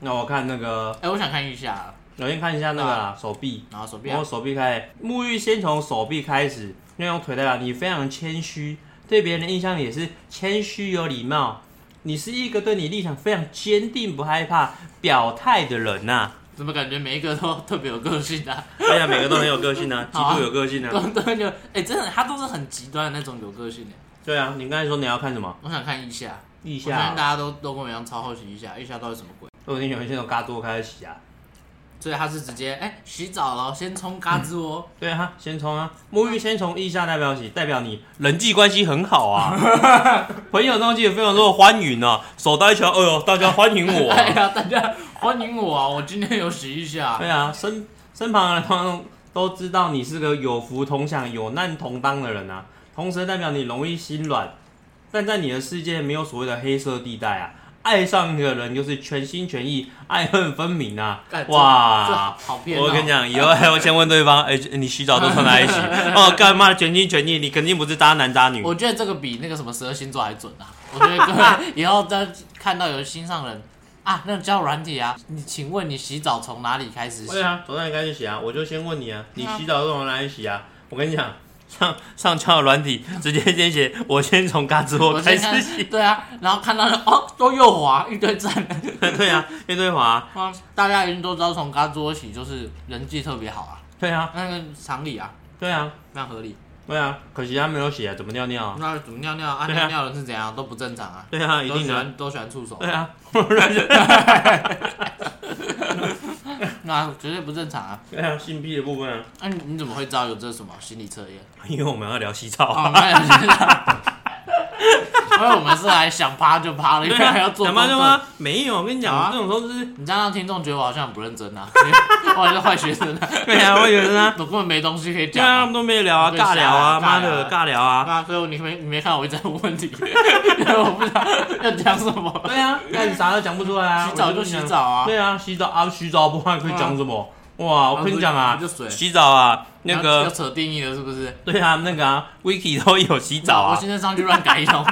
[SPEAKER 3] 那我看那个，
[SPEAKER 2] 哎、我想看一下，
[SPEAKER 3] 我先看一下那个啦，手臂，
[SPEAKER 2] 然后手臂
[SPEAKER 3] 然
[SPEAKER 2] 啊
[SPEAKER 3] 后手臂开始，沐浴先从手臂开始，要用腿代表你非常谦虚，对别人的印象也是谦虚有礼貌。你是一个对你立场非常坚定、不害怕表态的人呐、
[SPEAKER 2] 怎么感觉每一个都特别有个性啊？
[SPEAKER 3] 对呀、每个都很有个性 啊，极
[SPEAKER 2] 好啊
[SPEAKER 3] 度有个性
[SPEAKER 2] 都
[SPEAKER 3] 啊。
[SPEAKER 2] 都就哎、真的，他都是很极端的那种有个性的。
[SPEAKER 3] 对啊，你刚才说你要看什么？
[SPEAKER 2] 我想看一下，
[SPEAKER 3] 腋
[SPEAKER 2] 我相
[SPEAKER 3] 下
[SPEAKER 2] 信大
[SPEAKER 3] 啊，哦
[SPEAKER 2] 家都都跟我一样超好奇一下，一下到底什么鬼？
[SPEAKER 3] 我已经有一些从嘎多开始洗啊。
[SPEAKER 2] 所以他是直接哎、洗澡了，先冲嘎吱窝，
[SPEAKER 3] 对啊，先从啊，沐浴先从腋下代表起，代表你人际关系很好 啊，朋友东西也非常多的欢迎哦、手搭一拳，哎呦，大家欢迎我、
[SPEAKER 2] 哎
[SPEAKER 3] 啊。
[SPEAKER 2] 呀，大家欢迎我啊！我今天有洗一下，
[SPEAKER 3] 对啊，身身旁的人通常都知道你是个有福同享、有难同当的人啊，同时代表你容易心软，但在你的世界没有所谓的黑色地带啊。爱上一个人就是全心全意，爱恨分明啊
[SPEAKER 2] 干！这这
[SPEAKER 3] 哇，
[SPEAKER 2] 好骗、哦！
[SPEAKER 3] 我跟你讲，以后还要先问对方，哎、你洗澡都穿在一起？ 哦，干嘛全心全意？你肯定不是渣男渣女。
[SPEAKER 2] 我觉得这个比那个什么十二星座还准啊！我觉得各 位以后再看到有心上人啊，那种交友软体啊，你请问你洗澡从哪里开始洗？
[SPEAKER 3] 对啊，从哪里开始洗啊？我就先问你啊，你洗澡都从哪里洗啊？我跟你讲，上上交友软体直接先写，我先从嘎吱窝
[SPEAKER 2] 我
[SPEAKER 3] 开
[SPEAKER 2] 先
[SPEAKER 3] 始
[SPEAKER 2] 看
[SPEAKER 3] 洗。
[SPEAKER 2] 对啊，然后看到了哦，都右滑一堆赞，
[SPEAKER 3] 对啊，乐队滑，
[SPEAKER 2] 啊大家一定都知道从嘎桌洗就是人际特别好啊，
[SPEAKER 3] 对啊，
[SPEAKER 2] 那个常理啊，
[SPEAKER 3] 对啊，
[SPEAKER 2] 非常合理。
[SPEAKER 3] 对啊，可惜他没有写、啊，怎么尿尿啊？
[SPEAKER 2] 那怎么尿尿啊？
[SPEAKER 3] 对
[SPEAKER 2] 尿
[SPEAKER 3] 啊
[SPEAKER 2] 尿的是怎样都不正常啊，
[SPEAKER 3] 对啊，一
[SPEAKER 2] 都
[SPEAKER 3] 定
[SPEAKER 2] 喜
[SPEAKER 3] 的啊，
[SPEAKER 2] 欢都喜欢触手
[SPEAKER 3] 对， 啊，
[SPEAKER 2] 那绝对不正常啊！
[SPEAKER 3] 对啊，性癖的部分啊，
[SPEAKER 2] 那你你怎么会知道有这什么心理测验？
[SPEAKER 3] 哦因为我们要聊洗澡啊。
[SPEAKER 2] 哦，那也是因为我们是来想趴就趴了，因
[SPEAKER 3] 对
[SPEAKER 2] 为
[SPEAKER 3] 啊
[SPEAKER 2] 还要做
[SPEAKER 3] 想
[SPEAKER 2] 功
[SPEAKER 3] 骂就
[SPEAKER 2] 课。
[SPEAKER 3] 骂，没有，我跟你
[SPEAKER 2] 好
[SPEAKER 3] 讲，
[SPEAKER 2] 啊
[SPEAKER 3] 这种时候就是
[SPEAKER 2] 你这样让听众觉得我好像很不认真啊， 因为我好像是坏学生啊，
[SPEAKER 3] 对啊，我觉得呢，
[SPEAKER 2] 我根本没东西可以
[SPEAKER 3] 对啊，他
[SPEAKER 2] 讲
[SPEAKER 3] 们
[SPEAKER 2] 啊。
[SPEAKER 3] 都没聊啊，
[SPEAKER 2] 对瞎
[SPEAKER 3] 尬聊啊，
[SPEAKER 2] 尬
[SPEAKER 3] 妈
[SPEAKER 2] 聊
[SPEAKER 3] 的
[SPEAKER 2] 啊
[SPEAKER 3] 尬聊啊，
[SPEAKER 2] 那所以你没你没看我一直在问问题， 因为我不知道要讲什么。
[SPEAKER 3] 对啊，那你啥都讲不出来啊，
[SPEAKER 2] 洗澡就洗澡啊
[SPEAKER 3] 对啊，洗澡啊，洗澡不然可以讲什么？哇，我跟你讲啊
[SPEAKER 2] 就水，
[SPEAKER 3] 洗澡啊，那
[SPEAKER 2] 要
[SPEAKER 3] 个
[SPEAKER 2] 扯定义了是不是？
[SPEAKER 3] 对啊，那个啊，Wiki 都有洗
[SPEAKER 2] 我
[SPEAKER 3] 澡啊。
[SPEAKER 2] 现在上去乱改一 通，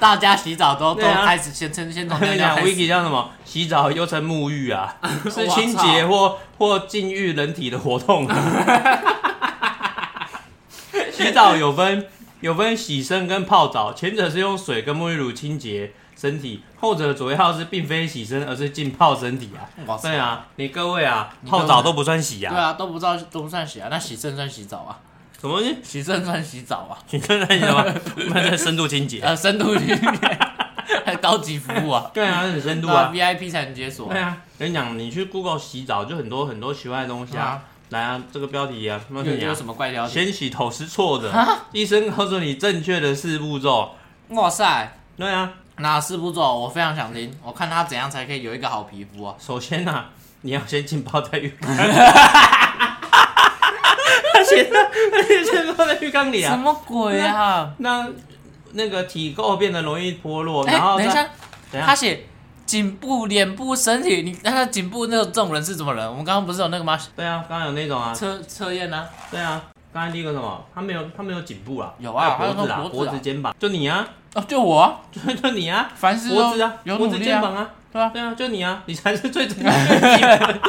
[SPEAKER 2] 大家洗澡都都
[SPEAKER 3] 对啊
[SPEAKER 2] 开始先先先
[SPEAKER 3] 我
[SPEAKER 2] 从尿
[SPEAKER 3] 跟你
[SPEAKER 2] 尿
[SPEAKER 3] 讲
[SPEAKER 2] 开
[SPEAKER 3] ，Wiki
[SPEAKER 2] 始。
[SPEAKER 3] 叫什么？洗澡又称沐浴 啊，是
[SPEAKER 2] 我操
[SPEAKER 3] 清洁或或禁欲人体的活 动啊。洗澡有分有分洗身跟泡澡，前者是用水跟沐浴乳清洁身体，后者主要是并非洗身，而是浸泡身体啊。
[SPEAKER 2] 哇塞
[SPEAKER 3] 对啊，你各位啊，
[SPEAKER 2] 哦你各位
[SPEAKER 3] 泡澡都不算洗
[SPEAKER 2] 对
[SPEAKER 3] 啊，
[SPEAKER 2] 啊，都不知道都不算洗啊，那洗肾算洗澡啊，
[SPEAKER 3] 什么东 西？
[SPEAKER 2] 洗肾算洗澡 啊，
[SPEAKER 3] 你看那什么？我们在深度清洁。
[SPEAKER 2] 呃，深度里面还高级服务啊，
[SPEAKER 3] 对啊，很深度
[SPEAKER 2] 对啊
[SPEAKER 3] 啊。
[SPEAKER 2] ，VIP 才能解锁
[SPEAKER 3] 对。啊，跟你讲，你去 Google 洗澡就很多很多奇怪的东西啊
[SPEAKER 2] 啊。
[SPEAKER 3] 来啊，这个标题啊，什么
[SPEAKER 2] 有
[SPEAKER 3] 跟你
[SPEAKER 2] 有
[SPEAKER 3] 啊
[SPEAKER 2] 什？么怪啊标题？
[SPEAKER 3] 先洗头是错的，医生告诉你正确的四步骤。
[SPEAKER 2] 哇塞，
[SPEAKER 3] 对啊，
[SPEAKER 2] 哪四步骤？我非常想听，我看他怎样才可以有一个好皮肤啊！
[SPEAKER 3] 首先啊，你要先浸泡在浴 缸。他写的，他写浸泡在浴缸里
[SPEAKER 2] 什
[SPEAKER 3] 啊，
[SPEAKER 2] 么鬼啊？
[SPEAKER 3] 让那个体垢变得容易脱落，
[SPEAKER 2] 哎、
[SPEAKER 3] 然后
[SPEAKER 2] 等一
[SPEAKER 3] 再
[SPEAKER 2] 下，
[SPEAKER 3] 怎样
[SPEAKER 2] 他写颈部、脸部、身体，你那他颈部那种这种人是怎么人？我们刚刚不是有那个吗？
[SPEAKER 3] 对啊，刚刚有那种啊，
[SPEAKER 2] 测测验呢？
[SPEAKER 3] 对啊，刚才第一个什么？他没有，他没有颈部啊，
[SPEAKER 2] 有啊
[SPEAKER 3] 还有脖子
[SPEAKER 2] 他
[SPEAKER 3] 啊，
[SPEAKER 2] 有
[SPEAKER 3] 脖
[SPEAKER 2] 脖子啊
[SPEAKER 3] 子、肩膀，就你啊，
[SPEAKER 2] 哦，就我啊，
[SPEAKER 3] 就就你啊，
[SPEAKER 2] 凡事
[SPEAKER 3] 脖
[SPEAKER 2] 都
[SPEAKER 3] 子啊，
[SPEAKER 2] 哦有
[SPEAKER 3] 脖
[SPEAKER 2] 努
[SPEAKER 3] 子、
[SPEAKER 2] 力
[SPEAKER 3] 肩
[SPEAKER 2] 啊，
[SPEAKER 3] 膀啊，
[SPEAKER 2] 对啊，
[SPEAKER 3] 对啊，就你啊，你才是最正确的基本。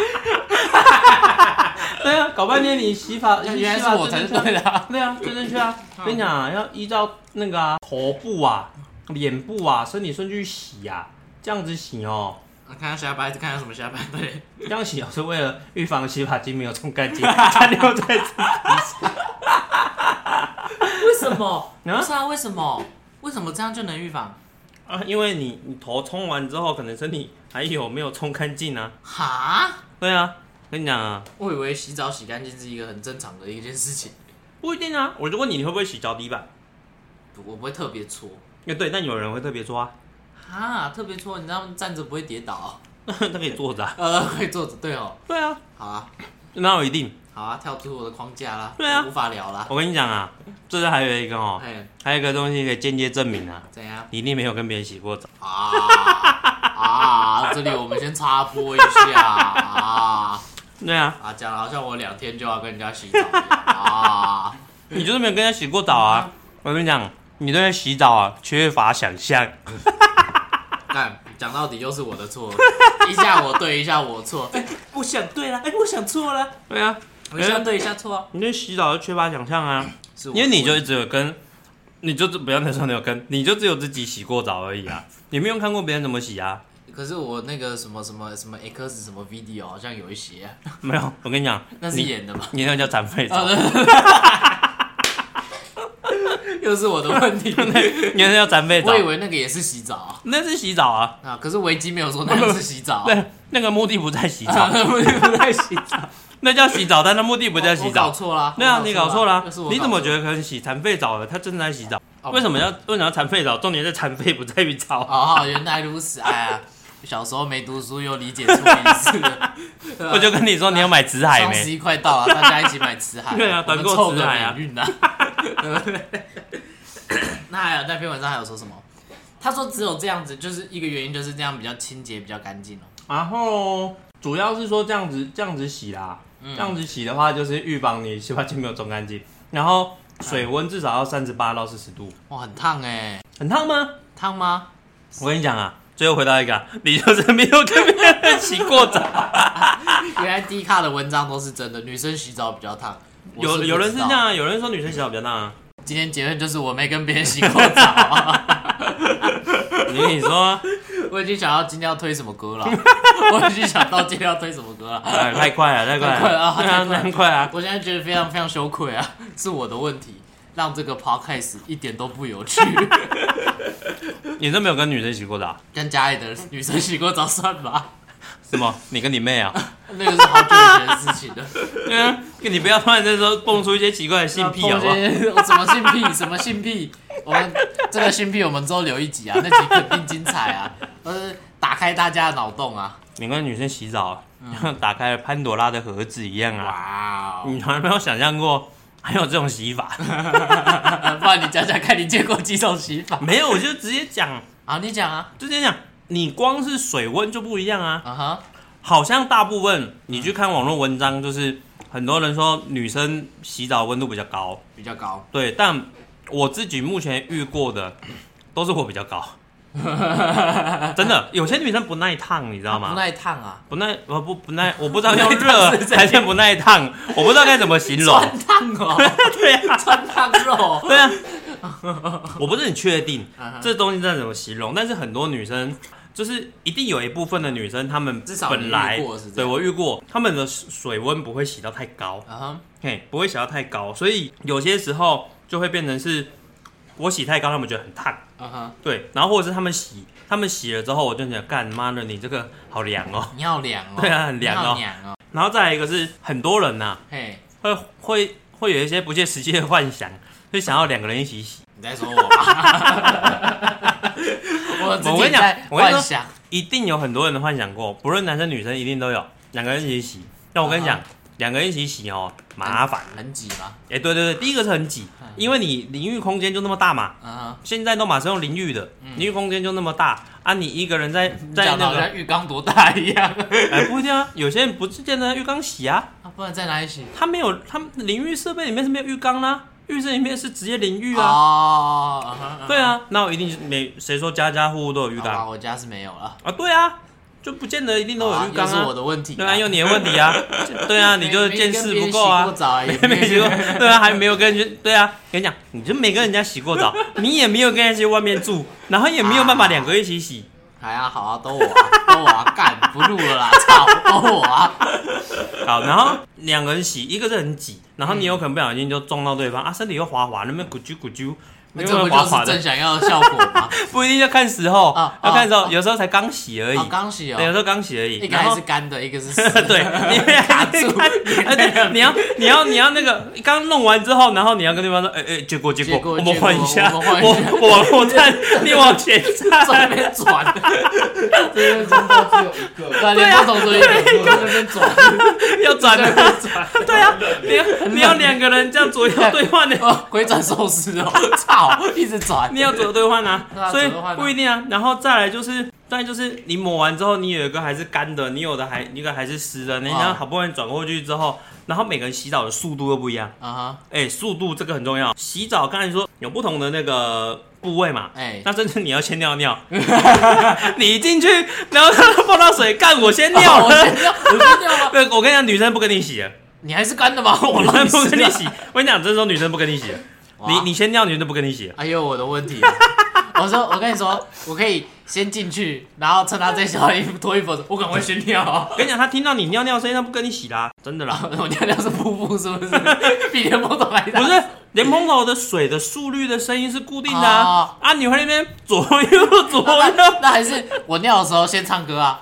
[SPEAKER 3] 对啊，搞半天你洗 法，你洗
[SPEAKER 2] 原来
[SPEAKER 3] 法
[SPEAKER 2] 是我才是
[SPEAKER 3] 最正确
[SPEAKER 2] 对
[SPEAKER 3] 啊
[SPEAKER 2] 的啊。
[SPEAKER 3] 对啊，最正确啊！跟你讲啊，要依照那个啊，头部啊、脸部啊、身体顺序洗啊，这样子洗哦。
[SPEAKER 2] 看看下巴，一直看看什么下巴？对，
[SPEAKER 3] 这样洗哦 是为了预防洗发精没有冲干净，残留在自
[SPEAKER 2] 为什么？
[SPEAKER 3] 啊
[SPEAKER 2] 不是啊，为什么？为什么这样就能预防？
[SPEAKER 3] 啊，因为你你头冲完之后，可能身体还有没有冲干净啊？
[SPEAKER 2] 哈？
[SPEAKER 3] 对啊，跟你讲啊，
[SPEAKER 2] 我以为洗澡洗干净是一个很正常的一件事情，
[SPEAKER 3] 不一定啊。我就问你，你会不会洗脚底板？
[SPEAKER 2] 我不会特别搓。
[SPEAKER 3] 哎，对，但有人会特别啊 抓，
[SPEAKER 2] 哈，特别搓，你知道站着不会跌倒 哦、
[SPEAKER 3] 他可以坐着、啊。
[SPEAKER 2] 呃，会坐着，对哦。
[SPEAKER 3] 对啊，
[SPEAKER 2] 好啊，
[SPEAKER 3] 那我一定。
[SPEAKER 2] 好啊，跳出我的框架啦，
[SPEAKER 3] 对啊
[SPEAKER 2] 我无法聊啦。
[SPEAKER 3] 我跟你讲啊，这是还有一个哦，
[SPEAKER 2] 哎，
[SPEAKER 3] 还有一个东西可以间接证明啊，
[SPEAKER 2] 怎样？
[SPEAKER 3] 你一定没有跟别人洗过澡。
[SPEAKER 2] 啊 啊！这里我们先插播一下啊
[SPEAKER 3] 对啊，
[SPEAKER 2] 啊，讲得好像我两天就要跟人家洗澡一样啊。
[SPEAKER 3] 你就是没有跟人家洗过澡啊。我跟你讲，你对洗澡啊缺乏想象。
[SPEAKER 2] 但讲到底又是我的错，一下我对，一下我 错，哎、我想对了，哎、我想错了，
[SPEAKER 3] 对啊，
[SPEAKER 2] 我一下对一下错啊，
[SPEAKER 3] 你对洗澡就缺乏想象啊，
[SPEAKER 2] 是我
[SPEAKER 3] 因为你就只有跟，你就不要那时候你有跟，你就只有自己洗过澡而已啊，你没有看过别人怎么洗啊。
[SPEAKER 2] 可是我那个什么什么什么 X 什么 video 好像有一些、啊
[SPEAKER 3] 没有，我跟你讲，
[SPEAKER 2] 那是啊
[SPEAKER 3] 你
[SPEAKER 2] 演的吧？
[SPEAKER 3] 你那叫残废澡，
[SPEAKER 2] 又是我的问 题，
[SPEAKER 3] 你那叫残废澡
[SPEAKER 2] 我，以为那个也是洗澡啊，
[SPEAKER 3] 那是洗澡啊。
[SPEAKER 2] 啊可是维基没有说那个是洗澡、 啊，
[SPEAKER 3] 对，那个目的不在洗
[SPEAKER 2] 啊
[SPEAKER 3] 澡，
[SPEAKER 2] 那不 不太洗澡，
[SPEAKER 3] 那叫洗澡，但那目 的不在洗
[SPEAKER 2] 哦我搞
[SPEAKER 3] 澡。
[SPEAKER 2] 错啦，
[SPEAKER 3] 对啊，你搞错了啊
[SPEAKER 2] 又是我，搞
[SPEAKER 3] 你怎么觉
[SPEAKER 2] 错
[SPEAKER 3] 得可以洗残废澡了？他正在洗澡，
[SPEAKER 2] 哦
[SPEAKER 3] 为什么要为什么要残废澡？重点在残废，不在于澡啊。
[SPEAKER 2] 哦，原来如此，哎呀，小时候没读书又理解错意思 了，
[SPEAKER 3] 我就跟你说，你要买紫海
[SPEAKER 2] 双十
[SPEAKER 3] 哎没？
[SPEAKER 2] 一快到了，大家一起买辞海，
[SPEAKER 3] 对啊
[SPEAKER 2] 我们
[SPEAKER 3] 团购
[SPEAKER 2] 凑个
[SPEAKER 3] 辞海啊
[SPEAKER 2] 免运啊。 那还有那篇文章还有说什么？他说只有这样子，就是一个原因，就是这样比较清洁，比较干净哦。
[SPEAKER 3] 然后主要是说这样子这样子洗啦，
[SPEAKER 2] 嗯
[SPEAKER 3] 这样子洗的话就是预防你洗发精没有冲干净，然后水温至少要三十八到四十度，
[SPEAKER 2] 哇，很烫哎、
[SPEAKER 3] 很烫吗？
[SPEAKER 2] 烫吗？
[SPEAKER 3] 我跟你讲啊，最后回到一个啊，你就是没有跟别人洗过澡，
[SPEAKER 2] 原来低卡的文章都是真的，女生洗澡比较烫。 我是不
[SPEAKER 3] 有
[SPEAKER 2] 知道
[SPEAKER 3] 有人是这样，啊，有人说女生洗澡比较烫啊。
[SPEAKER 2] 今天结论就是我没跟别人洗过澡，
[SPEAKER 3] 你跟 你说，
[SPEAKER 2] 我已经想到今天要推什么歌 了，我已经想到今天要推什么歌了。
[SPEAKER 3] 哎，太快了，太快
[SPEAKER 2] 太快了
[SPEAKER 3] 了，
[SPEAKER 2] 啊
[SPEAKER 3] 对啊，
[SPEAKER 2] 太快了
[SPEAKER 3] 太快啊！
[SPEAKER 2] 我现在觉得非常非常羞愧啊，是我的问题，让这个 podcast 一点都不 有趣。
[SPEAKER 3] 你都没有跟女生洗过澡啊？
[SPEAKER 2] 跟家里的女生洗过澡算吧？
[SPEAKER 3] 什么？你跟你妹 啊？
[SPEAKER 2] 那个是好久以前的事 情了。
[SPEAKER 3] 嗯，你不要突然间说蹦出一些奇怪的性癖好不
[SPEAKER 2] 好？
[SPEAKER 3] 好？
[SPEAKER 2] 啊什么性 癖？什么性癖？我们这个性癖我们之后留一 集啊，那集肯定精彩啊，呃，打开大家的脑洞啊！
[SPEAKER 3] 你跟女生洗澡，
[SPEAKER 2] 嗯
[SPEAKER 3] 像 打开了潘朵拉的盒子一样啊！
[SPEAKER 2] 哇哦，
[SPEAKER 3] 你从来没有想象过还有这种洗 法？
[SPEAKER 2] 不然你讲讲看，你见过几种洗法？
[SPEAKER 3] 没有，我就直接讲，
[SPEAKER 2] 好，你讲啊，
[SPEAKER 3] 就直接讲，你光是水温就不一样啊。
[SPEAKER 2] 啊哈，
[SPEAKER 3] 好像大部分你去看网络文章，就是很多人说女生洗澡温度比较高，
[SPEAKER 2] 比较高，
[SPEAKER 3] 对，但我自己目前遇过的都是我比较高，真的，有些女生不耐烫，你知道
[SPEAKER 2] 不
[SPEAKER 3] 吗？
[SPEAKER 2] 耐烫啊，
[SPEAKER 3] 不耐，我不不耐， 我不知道用热还是不耐烫，我不知道该怎么形容。
[SPEAKER 2] 穿烫哦，
[SPEAKER 3] 对啊，
[SPEAKER 2] 穿烫肉，
[SPEAKER 3] 对啊， 我不是很确定
[SPEAKER 2] 啊哈
[SPEAKER 3] 这东西该怎么形容，但是很多女生。就是一定有一部分的女生，她们
[SPEAKER 2] 至少你
[SPEAKER 3] 本来
[SPEAKER 2] 遇过是这样
[SPEAKER 3] 对我遇过，她们的水温不会洗到太高，
[SPEAKER 2] 啊哈，
[SPEAKER 3] 嘿，不会洗到太高，所以有些时候就会变成是我洗太高，他们觉得很烫，
[SPEAKER 2] 啊哈，
[SPEAKER 3] 对，然后或者是他们洗，他们洗了之后，我就觉得干妈的你这个好凉哦，
[SPEAKER 2] 你好凉哦，
[SPEAKER 3] 对啊很凉哦
[SPEAKER 2] 你好凉哦，
[SPEAKER 3] 然后再来一个是很多人呐、
[SPEAKER 2] 嘿，
[SPEAKER 3] 会会会有一些不切实际的幻想，就想要两个人一起洗，
[SPEAKER 2] 你在说我啊吧？ 我自
[SPEAKER 3] 我跟
[SPEAKER 2] 己
[SPEAKER 3] 你讲
[SPEAKER 2] 在
[SPEAKER 3] 我跟你说
[SPEAKER 2] 幻想，
[SPEAKER 3] 一定有很多人幻想过，不论男生女生一定都有两个人一起洗。那我跟你讲
[SPEAKER 2] 啊，
[SPEAKER 3] 两个人一起洗哦，麻烦。
[SPEAKER 2] 很挤吗？
[SPEAKER 3] 哎、对对对，第一个是很挤，
[SPEAKER 2] 嗯
[SPEAKER 3] 因为你淋浴空间就那么大嘛，
[SPEAKER 2] 啊
[SPEAKER 3] 现在都马上用淋浴的，淋浴空间就那么大啊！你一个人在
[SPEAKER 2] 哈，
[SPEAKER 3] 在
[SPEAKER 2] 嗯讲的
[SPEAKER 3] 那
[SPEAKER 2] 好
[SPEAKER 3] 个，
[SPEAKER 2] 像浴缸多大一 样。
[SPEAKER 3] 哎，不一定啊，有些人不是见得浴缸洗啊，
[SPEAKER 2] 啊，不然在哪里洗？
[SPEAKER 3] 他没有，他们淋浴设备里面是没有浴缸啦、啊浴室里面是直接淋浴啊，
[SPEAKER 2] 哦，
[SPEAKER 3] 对啊，那我一定是每谁说家家户户都有浴
[SPEAKER 2] 好吧，
[SPEAKER 3] 缸
[SPEAKER 2] 我家是没有了。
[SPEAKER 3] 啊？对啊，就不见得一定都有浴
[SPEAKER 2] 又
[SPEAKER 3] 缸
[SPEAKER 2] 是我
[SPEAKER 3] 啊，
[SPEAKER 2] 的问题。
[SPEAKER 3] 对啊，有你的问 题啊，对啊，你就是见识不够啊
[SPEAKER 2] 没跟别人洗过。澡啊，也
[SPEAKER 3] 没没洗 过，对啊，还没有跟人家，对啊，跟你讲，你就没跟人家洗过澡，你也没有跟人家去外面住，然后也没有办法两个一起洗，
[SPEAKER 2] 还啊，好啊，都我啊，都我啊，干不录了啦，操，都我 啊，
[SPEAKER 3] 好，然后两个人洗，一个是很挤，然后你有可能不小心就撞到对方、啊，身体又滑滑，那边咕啾咕啾，
[SPEAKER 2] 嗯那
[SPEAKER 3] 那
[SPEAKER 2] 这
[SPEAKER 3] 边
[SPEAKER 2] 不
[SPEAKER 3] 会滑
[SPEAKER 2] 就
[SPEAKER 3] 滑
[SPEAKER 2] 是正
[SPEAKER 3] 的，
[SPEAKER 2] 想要的效果吗？
[SPEAKER 3] 不一定要看时候，
[SPEAKER 2] 啊
[SPEAKER 3] 要看时候，
[SPEAKER 2] 啊
[SPEAKER 3] 有时候才刚洗而已，
[SPEAKER 2] 哦，刚洗
[SPEAKER 3] 对，有
[SPEAKER 2] 哦，
[SPEAKER 3] 时候刚洗而已，
[SPEAKER 2] 一个
[SPEAKER 3] 然
[SPEAKER 2] 还
[SPEAKER 3] 后
[SPEAKER 2] 是。干的，一个是湿 的。
[SPEAKER 3] 对，你们卡住， 而且你要你要你要那个刚弄完之后，然后你要跟对方说，哎哎，结果结
[SPEAKER 2] 结
[SPEAKER 3] 果，
[SPEAKER 2] 果
[SPEAKER 3] 我们换一下，
[SPEAKER 2] 结果我们换一下
[SPEAKER 3] 我我往 后站，你往前站，
[SPEAKER 2] 在 那边 转，啊
[SPEAKER 5] 这边真的只有一个，
[SPEAKER 3] 啊
[SPEAKER 2] 在那边不同桌椅，在那边转，
[SPEAKER 3] 要转
[SPEAKER 2] 在那
[SPEAKER 3] 了，
[SPEAKER 2] 边转，
[SPEAKER 3] 对 啊，你要你要两个人这样左右对换的，
[SPEAKER 2] 哦，回转寿司哦，操，一直转
[SPEAKER 3] 你，要左右兑换啊
[SPEAKER 2] 对，啊
[SPEAKER 3] 所以
[SPEAKER 2] 左右换啊
[SPEAKER 3] 不一定啊。然后再来就是，再来就是你抹完之后，你有一个还是干的，你有的还一个还是湿的，你
[SPEAKER 2] 哇
[SPEAKER 3] 想好不容易转过去之后，然后每个人洗澡的速度又不一样。
[SPEAKER 2] 啊哈，
[SPEAKER 3] 哎、速度这个很重要。洗澡刚才说有不同的那个部位嘛，
[SPEAKER 2] 哎
[SPEAKER 3] 那甚至你要先尿 尿， 你一进去，然后碰到水，干我先尿
[SPEAKER 2] 哦我
[SPEAKER 3] 了。
[SPEAKER 2] 先 尿，我先尿了，
[SPEAKER 3] 对，我跟你讲，女生不跟你 洗了，
[SPEAKER 2] 你还是干的吗？我
[SPEAKER 3] 女
[SPEAKER 2] 乱
[SPEAKER 3] 生 不跟你
[SPEAKER 2] 哦你
[SPEAKER 3] 洗。我跟你讲，这时候女生不跟你洗了，你你先尿，女生不跟你洗了。
[SPEAKER 2] 哎呦，我的问题、 啊！我说，我跟你说，我可以先进去，然后趁他在小衣服脱衣服的时候，我赶快先尿、 啊。
[SPEAKER 3] 我跟你讲，她听到你尿尿声音，她不跟你洗啦，真的啦。
[SPEAKER 2] 我尿尿是瀑布，是不是？ 比连峰都还大。
[SPEAKER 3] 不 是莲蓬头的水的速率的声音是固定的
[SPEAKER 2] 哦
[SPEAKER 3] 啊，啊，你会那边左右左
[SPEAKER 2] 那，那
[SPEAKER 3] 右
[SPEAKER 2] 那还是我尿的时候先唱歌啊，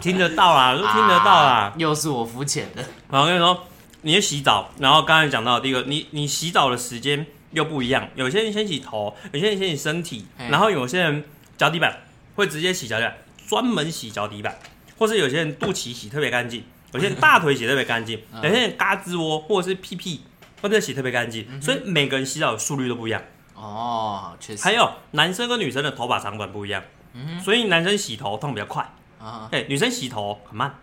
[SPEAKER 3] 听得到啦，都听得到
[SPEAKER 2] 啊
[SPEAKER 3] 啦。
[SPEAKER 2] 又是我肤浅的，
[SPEAKER 3] 然后跟你说，你洗澡，然后刚才讲到的第一个，你你洗澡的时间又不一样，有些人先洗头，有些人先洗身体，
[SPEAKER 2] 嘿
[SPEAKER 3] 然后有些人脚底板会直接洗脚底板，专门洗脚底板，或是有些人肚脐洗特别 干净，有些人大腿洗特别干净，
[SPEAKER 2] 嗯
[SPEAKER 3] 有些人嘎吱窝或者是屁屁或者洗特别干
[SPEAKER 2] 嗯
[SPEAKER 3] 净，所以每个人洗澡的速率都不一样。
[SPEAKER 2] 哦，确实。
[SPEAKER 3] 还有男生跟女生的头发长短不一样，
[SPEAKER 2] 嗯
[SPEAKER 3] 所以男生洗头痛比较快，
[SPEAKER 2] 啊，
[SPEAKER 3] 对，女生洗头很慢。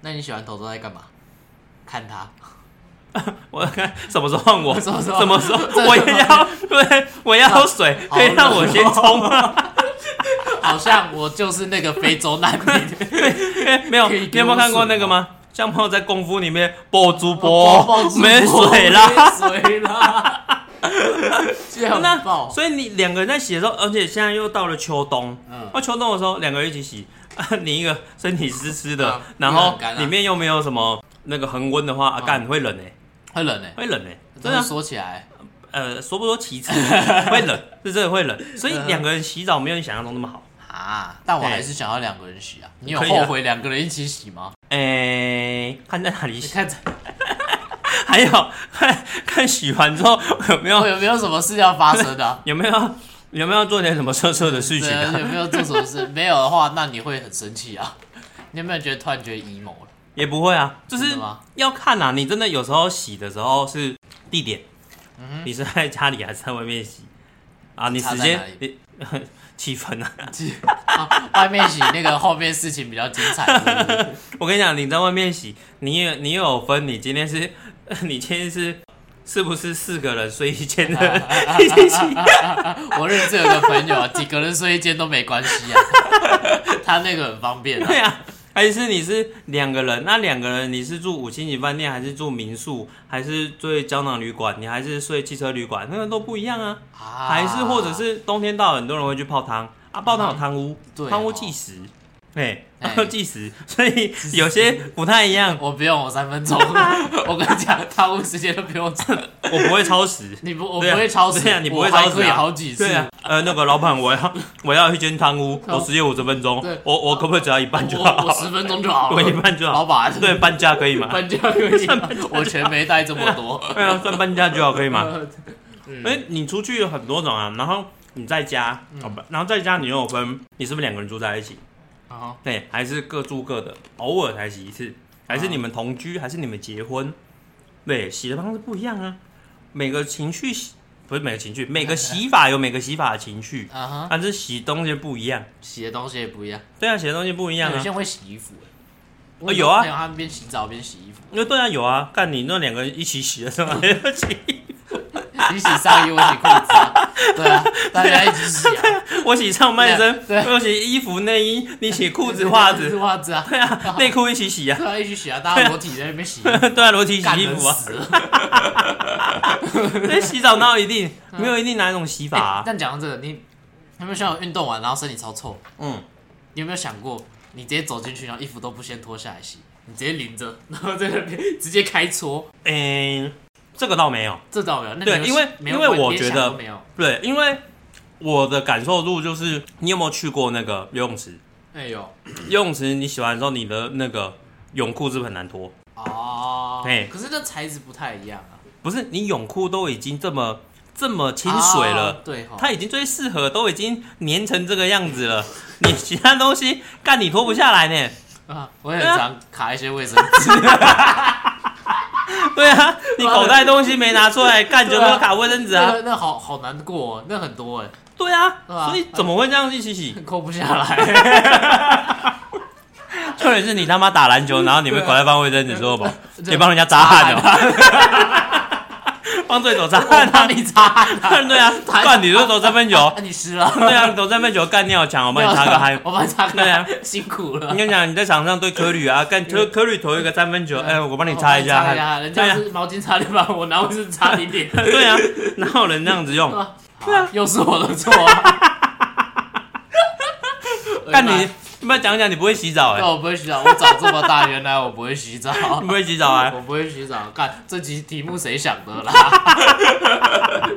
[SPEAKER 2] 那你喜欢头都在干嘛？看他，
[SPEAKER 3] 我看什么时候换我，
[SPEAKER 2] 什么时候
[SPEAKER 3] 什么时候
[SPEAKER 2] 这
[SPEAKER 3] 我也要，对，我要水，
[SPEAKER 2] 好
[SPEAKER 3] 可以让我先冲吗？
[SPEAKER 2] 好像我就是那个非洲难民。
[SPEAKER 3] 哎没有，
[SPEAKER 2] 可以
[SPEAKER 3] 你
[SPEAKER 2] 给
[SPEAKER 3] 有没有
[SPEAKER 2] 我
[SPEAKER 3] 看过
[SPEAKER 2] 水
[SPEAKER 3] 那个
[SPEAKER 2] 吗
[SPEAKER 3] 吗？像朋友在功夫里面爆珠
[SPEAKER 2] 爆
[SPEAKER 3] 波，
[SPEAKER 2] 珠
[SPEAKER 3] 没
[SPEAKER 2] 波
[SPEAKER 3] 水啦。
[SPEAKER 2] 没水啦， 这样
[SPEAKER 3] 那
[SPEAKER 2] 爆。
[SPEAKER 3] 所以你两个人在洗的时候，而且现在又到了秋冬，
[SPEAKER 2] 嗯
[SPEAKER 3] 那秋冬的时候两个人一起洗， 啊你一个身体湿湿的
[SPEAKER 2] 啊，
[SPEAKER 3] 然
[SPEAKER 2] 因为
[SPEAKER 3] 后
[SPEAKER 2] 很干啊
[SPEAKER 3] 里面又没有什么那个恒温的话，啊，
[SPEAKER 2] 嗯
[SPEAKER 3] 干会冷哎。
[SPEAKER 2] 会冷哎、
[SPEAKER 3] 会冷哎、
[SPEAKER 2] 欸，
[SPEAKER 3] 真
[SPEAKER 2] 真的
[SPEAKER 3] 的啊，
[SPEAKER 2] 说起来， 嗯
[SPEAKER 3] 呃，说不说其次，会冷，是真的会冷。所以两个人洗澡没有你想象中那么好，
[SPEAKER 2] 啊，但我
[SPEAKER 3] 对
[SPEAKER 2] 还是想要两个人洗啊。你有
[SPEAKER 3] 可以啊
[SPEAKER 2] 后悔两个人一起洗吗？
[SPEAKER 3] 哎、看在哪里
[SPEAKER 2] 你
[SPEAKER 3] 洗，
[SPEAKER 2] 看着
[SPEAKER 3] 还有 看看洗完之后有没有
[SPEAKER 2] 有没有什么事要发生 的、啊？
[SPEAKER 3] 有没有有没有做点什么色色的事情
[SPEAKER 2] 对啊，
[SPEAKER 3] 啊？
[SPEAKER 2] 有没有做什么 事？没有的话，那你会很生气啊。你有没有觉得突然觉得 emo 了？
[SPEAKER 3] 也不会啊，就
[SPEAKER 2] 真
[SPEAKER 3] 是
[SPEAKER 2] 的吗
[SPEAKER 3] 要看啊。你真的有时候洗的时候是地点，你是在家里还是在外面洗啊？你时
[SPEAKER 2] 嗯差在哪
[SPEAKER 3] 间你 气氛啊！
[SPEAKER 2] 啊外面洗那个后面事情比较精彩，是不是
[SPEAKER 3] 我跟你讲，你在外面洗，你也你有分，你今天是 你今天是是不是四个人睡一间 的人一起洗？
[SPEAKER 2] 我认识有个朋友，啊几个人睡一间都没关 系啊，他那个很方便、啊
[SPEAKER 3] 对。啊，还是你是两个人？那两个人你是住五星级饭店，还是住民宿，还是睡胶囊旅馆？你还是睡汽车旅馆？那个都不一样啊。
[SPEAKER 2] 啊嗯
[SPEAKER 3] 还是或者是冬天到了，很多人会去泡汤啊，泡汤有汤屋
[SPEAKER 2] 对，
[SPEAKER 3] 汤屋
[SPEAKER 2] 哦
[SPEAKER 3] 计时，哎，
[SPEAKER 2] 哎，
[SPEAKER 3] 汤屋计时，所以有些不太一样
[SPEAKER 2] 我不用我三分 钟，我跟你讲，贪污时间都不用长。
[SPEAKER 3] 我不会 超时。
[SPEAKER 2] 你不，我不
[SPEAKER 3] 对啊
[SPEAKER 2] 会超时，
[SPEAKER 3] 对啊，你不会
[SPEAKER 2] 我还
[SPEAKER 3] 超时
[SPEAKER 2] 可以
[SPEAKER 3] 啊
[SPEAKER 2] 好几次。
[SPEAKER 3] 对啊，呃，那个老板，我 要我要一间汤屋，
[SPEAKER 2] 哦
[SPEAKER 3] 我时间五十分钟
[SPEAKER 2] 对，
[SPEAKER 3] 我我可不可以只要一半就
[SPEAKER 2] 我
[SPEAKER 3] 好
[SPEAKER 2] 我？十分钟就好了，
[SPEAKER 3] 我一半就好
[SPEAKER 2] 老板，
[SPEAKER 3] 对，，半价可 以吗？
[SPEAKER 2] 搬家可 以，我全没带这么多。
[SPEAKER 3] 对啊，算半价就好，可以吗？
[SPEAKER 2] 呃
[SPEAKER 3] 哎，你出去有很多种啊，然后你在家，好吧，然后在家你又有分，你是不是两个人住在一起？
[SPEAKER 2] 啊
[SPEAKER 3] 对，还是各住各的，偶尔才洗一次，还是你们同居，还是你们结婚？对，洗的方式不一样啊。每个情绪洗不是每个情绪，每个洗法有每个洗法的情 绪，
[SPEAKER 2] 啊哈，
[SPEAKER 3] 但是洗东西不一样。
[SPEAKER 2] 洗的东西也不一样，
[SPEAKER 3] 对啊，洗的东西不一样
[SPEAKER 2] 有
[SPEAKER 3] 啊
[SPEAKER 2] 些。人会洗衣服欸。
[SPEAKER 3] 哦有啊
[SPEAKER 2] 朋友他们边洗澡边洗衣服，
[SPEAKER 3] 因为对啊，有啊，看你那两个人一起洗的时候， 一起，
[SPEAKER 2] 你洗上衣，我洗裤子啊， 对啊，大家一起洗啊，
[SPEAKER 3] 我洗上半身，
[SPEAKER 2] 对啊对
[SPEAKER 3] 我洗衣服、内衣，你洗裤子、袜
[SPEAKER 2] 裤
[SPEAKER 3] 子，
[SPEAKER 2] 袜子啊，
[SPEAKER 3] 对啊，内裤一起洗啊，
[SPEAKER 2] 对啊，一起洗啊，大家裸体在那边洗，
[SPEAKER 3] 对啊，裸体洗
[SPEAKER 2] 干
[SPEAKER 3] 衣
[SPEAKER 2] 人
[SPEAKER 3] 服啊，
[SPEAKER 2] 死了。
[SPEAKER 3] 对， 洗澡哪有一定，
[SPEAKER 2] 嗯
[SPEAKER 3] 没有一定哪一种洗法
[SPEAKER 2] 欸
[SPEAKER 3] 啊，
[SPEAKER 2] 但讲到这个，你有没有想过运动完然后身体超臭？
[SPEAKER 3] 嗯，
[SPEAKER 2] 你有没有想过，你直接走进去，然后衣服都不先脱下来洗，你直接淋着，然后在那边直接开搓，
[SPEAKER 3] 嗯，这个倒没有。
[SPEAKER 2] 这倒没有。那你
[SPEAKER 3] 对
[SPEAKER 2] 有
[SPEAKER 3] 因为
[SPEAKER 2] 没有
[SPEAKER 3] 因为
[SPEAKER 2] 问
[SPEAKER 3] 我
[SPEAKER 2] 连
[SPEAKER 3] 觉
[SPEAKER 2] 想
[SPEAKER 3] 得
[SPEAKER 2] 都没有。
[SPEAKER 3] 对，因为我的感受度就是，你有没有去过那个游泳池？
[SPEAKER 2] 哎呦，
[SPEAKER 3] 游泳池你洗完之后，你的那个泳裤是不是很难脱？
[SPEAKER 2] 哦，
[SPEAKER 3] 嘿
[SPEAKER 2] 可是那材质不太一样啊，
[SPEAKER 3] 不是，你泳裤都已经这么这么清水
[SPEAKER 2] 哦
[SPEAKER 3] 了，
[SPEAKER 2] 对哈，
[SPEAKER 3] 它已经最适合，都已经粘成这个样子了，你其他东西干你脱不下来呢。
[SPEAKER 2] 啊，我也
[SPEAKER 3] 对啊
[SPEAKER 2] 很常卡一些卫生纸，
[SPEAKER 3] 对啊，你口袋东西没拿出来，干就
[SPEAKER 2] 对啊
[SPEAKER 3] 要卡卫生纸
[SPEAKER 2] 那
[SPEAKER 3] 啊
[SPEAKER 2] 个。那好好难过哦，那很多哎，
[SPEAKER 3] 对啊，
[SPEAKER 2] 对啊啊
[SPEAKER 3] 所以怎么会这样一起洗？
[SPEAKER 2] 扣不下来，
[SPEAKER 3] 特别是你他妈打篮球，然后你们口袋放卫生纸，说吧，
[SPEAKER 2] 对啊
[SPEAKER 3] 你帮人家擦汗哦，帮对手 擦汗啊
[SPEAKER 2] 让你擦汗啊，
[SPEAKER 3] 对啊，干你就走三分 球
[SPEAKER 2] 啊，，你湿了，
[SPEAKER 3] 对啊，走三分球干你好强，我帮你 擦个汗。
[SPEAKER 2] 我帮你擦
[SPEAKER 3] 对
[SPEAKER 2] 个
[SPEAKER 3] 啊
[SPEAKER 2] 汗，辛苦了
[SPEAKER 3] 你。跟你讲，你在场上对科吕啊， 干科科吕投一个三分球，哎，我
[SPEAKER 2] 哦
[SPEAKER 3] 帮你擦一下
[SPEAKER 2] 擦一
[SPEAKER 3] 汗，
[SPEAKER 2] 下，人
[SPEAKER 3] 对
[SPEAKER 2] 家
[SPEAKER 3] 啊，
[SPEAKER 2] 是毛巾擦脸吧，我拿卫生纸擦你 脸，
[SPEAKER 3] 对啊，哪有人这样子用？
[SPEAKER 2] 对啊，又是我的错啊。
[SPEAKER 3] 干你，你不要讲讲，你不会洗澡
[SPEAKER 2] 对，啊
[SPEAKER 3] 哎，
[SPEAKER 2] 我不会洗澡，我长这么大，原来我不会洗澡，
[SPEAKER 3] 你不会洗澡啊？
[SPEAKER 2] 我不会洗澡。干，这集题目谁想的 啦？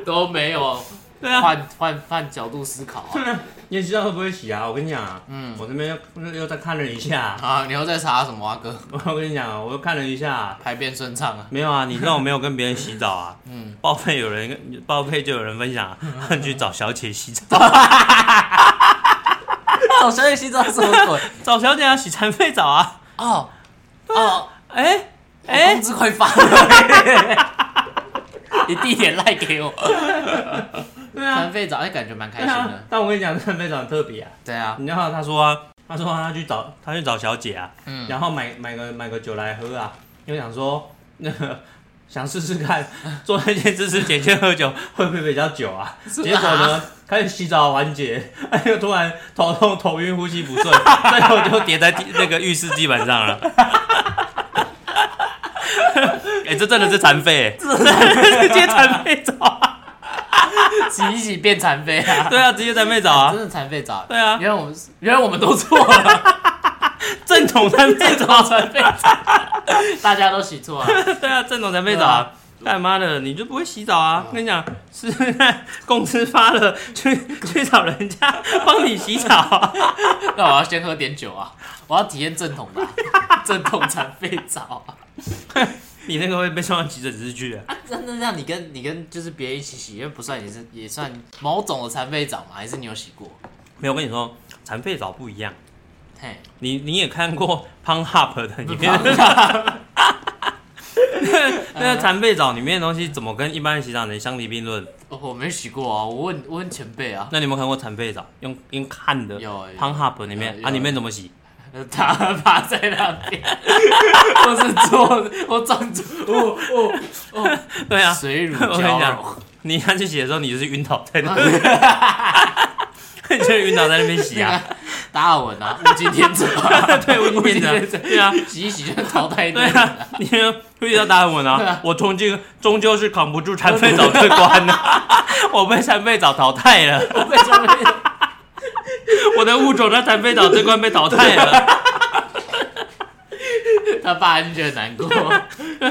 [SPEAKER 2] 都没有
[SPEAKER 3] 对啊，
[SPEAKER 2] 换换换角度思考啊！
[SPEAKER 3] 你洗澡都不会洗啊？我跟你讲啊，嗯，我这边又又再看了一下，
[SPEAKER 2] 啊，你又在查什么啊哥？
[SPEAKER 3] 我跟你讲啊，我又看了一下。
[SPEAKER 2] 排便顺畅啊？
[SPEAKER 3] 没有啊，你知道我没有跟别人洗澡 啊。嗯，报废有人报废就有人分享、啊， 去找小姐洗澡。
[SPEAKER 2] 啊我小姐洗澡什么鬼？
[SPEAKER 3] 找小姐要洗残废澡啊！
[SPEAKER 2] 哦哦，
[SPEAKER 3] 哎、
[SPEAKER 2] 哎，
[SPEAKER 3] 哎、
[SPEAKER 2] 工资快发了， 你地点赖给我。
[SPEAKER 3] 对
[SPEAKER 2] 残
[SPEAKER 3] 啊，
[SPEAKER 2] 废澡，哎，感觉蛮开
[SPEAKER 3] 对
[SPEAKER 2] 心
[SPEAKER 3] 啊
[SPEAKER 2] 的。。
[SPEAKER 3] 但我跟你讲，残废澡很特别啊。
[SPEAKER 2] 对啊，
[SPEAKER 3] 你知道他说啊，他说他去找他去找小姐啊，
[SPEAKER 2] 嗯
[SPEAKER 3] 然后买买个买个酒来喝啊，因为想说那个想试试看做那件事之前先喝酒会不会比较久啊？结果呢，开始洗澡环节，哎呦，突然头痛、头晕、呼吸不顺，最后就跌在地那个浴室地板上了。 哎、这 真的是残废、欸，直接残废澡啊！
[SPEAKER 2] 啊洗一洗变残废啊！
[SPEAKER 3] 对啊，直接残废澡啊
[SPEAKER 2] 真！的残废澡。
[SPEAKER 3] 对啊
[SPEAKER 2] 原来我们原来我们都错了，
[SPEAKER 3] 正统残废
[SPEAKER 2] 这
[SPEAKER 3] 澡
[SPEAKER 2] 种残废澡，大家都洗错了。
[SPEAKER 3] 对啊，正统残废澡啊，干妈的，你就不会洗澡啊！跟你讲，是 公司发了，去 去找人家帮你洗澡啊、
[SPEAKER 2] 那我要先喝点酒啊，我要体验正统的啊、正统产废澡啊、
[SPEAKER 3] 你那个会被送到急诊室去的。
[SPEAKER 2] 啊真的让你跟你跟就是别人一起洗，因为不算也是也算某种的残废澡嘛，还是你有洗过？
[SPEAKER 3] 没有，我跟你说，残废澡不一样。
[SPEAKER 2] 嘿，
[SPEAKER 3] 你你也看过 p u n h u b 的里面， 那个残废澡里面的东西怎么跟一般的洗澡能相提并论？
[SPEAKER 2] 哦我没洗过啊，我问我问前辈啊，
[SPEAKER 3] 那你有没有看过残废澡？用用看的，
[SPEAKER 2] 有啊有
[SPEAKER 3] p u n h u b 里面
[SPEAKER 2] 有有
[SPEAKER 3] 啊，里面怎么洗？
[SPEAKER 2] 呃他趴在那边， 我是坐，我站住，哦哦哦，
[SPEAKER 3] 对啊，
[SPEAKER 2] 水乳
[SPEAKER 3] 我跟你
[SPEAKER 2] 交
[SPEAKER 3] 讲
[SPEAKER 2] 融，
[SPEAKER 3] 你下去洗的时候，你就是晕倒在那 边，你就是晕倒在那边洗 啊。
[SPEAKER 2] 达尔文啊，物竞天择啊，
[SPEAKER 3] 对，我跟你讲，对啊，
[SPEAKER 2] 洗一洗就淘汰
[SPEAKER 3] 对
[SPEAKER 2] 掉。
[SPEAKER 3] 啊，你会遇到达尔文
[SPEAKER 2] 对
[SPEAKER 3] 啊
[SPEAKER 2] 啊，
[SPEAKER 3] 我终究终究是扛不住残废早这关的、 我被残废早淘汰了，
[SPEAKER 2] 我被上面
[SPEAKER 3] 我的物种在残废早这关被淘汰 了，
[SPEAKER 2] 他爸就觉得难 过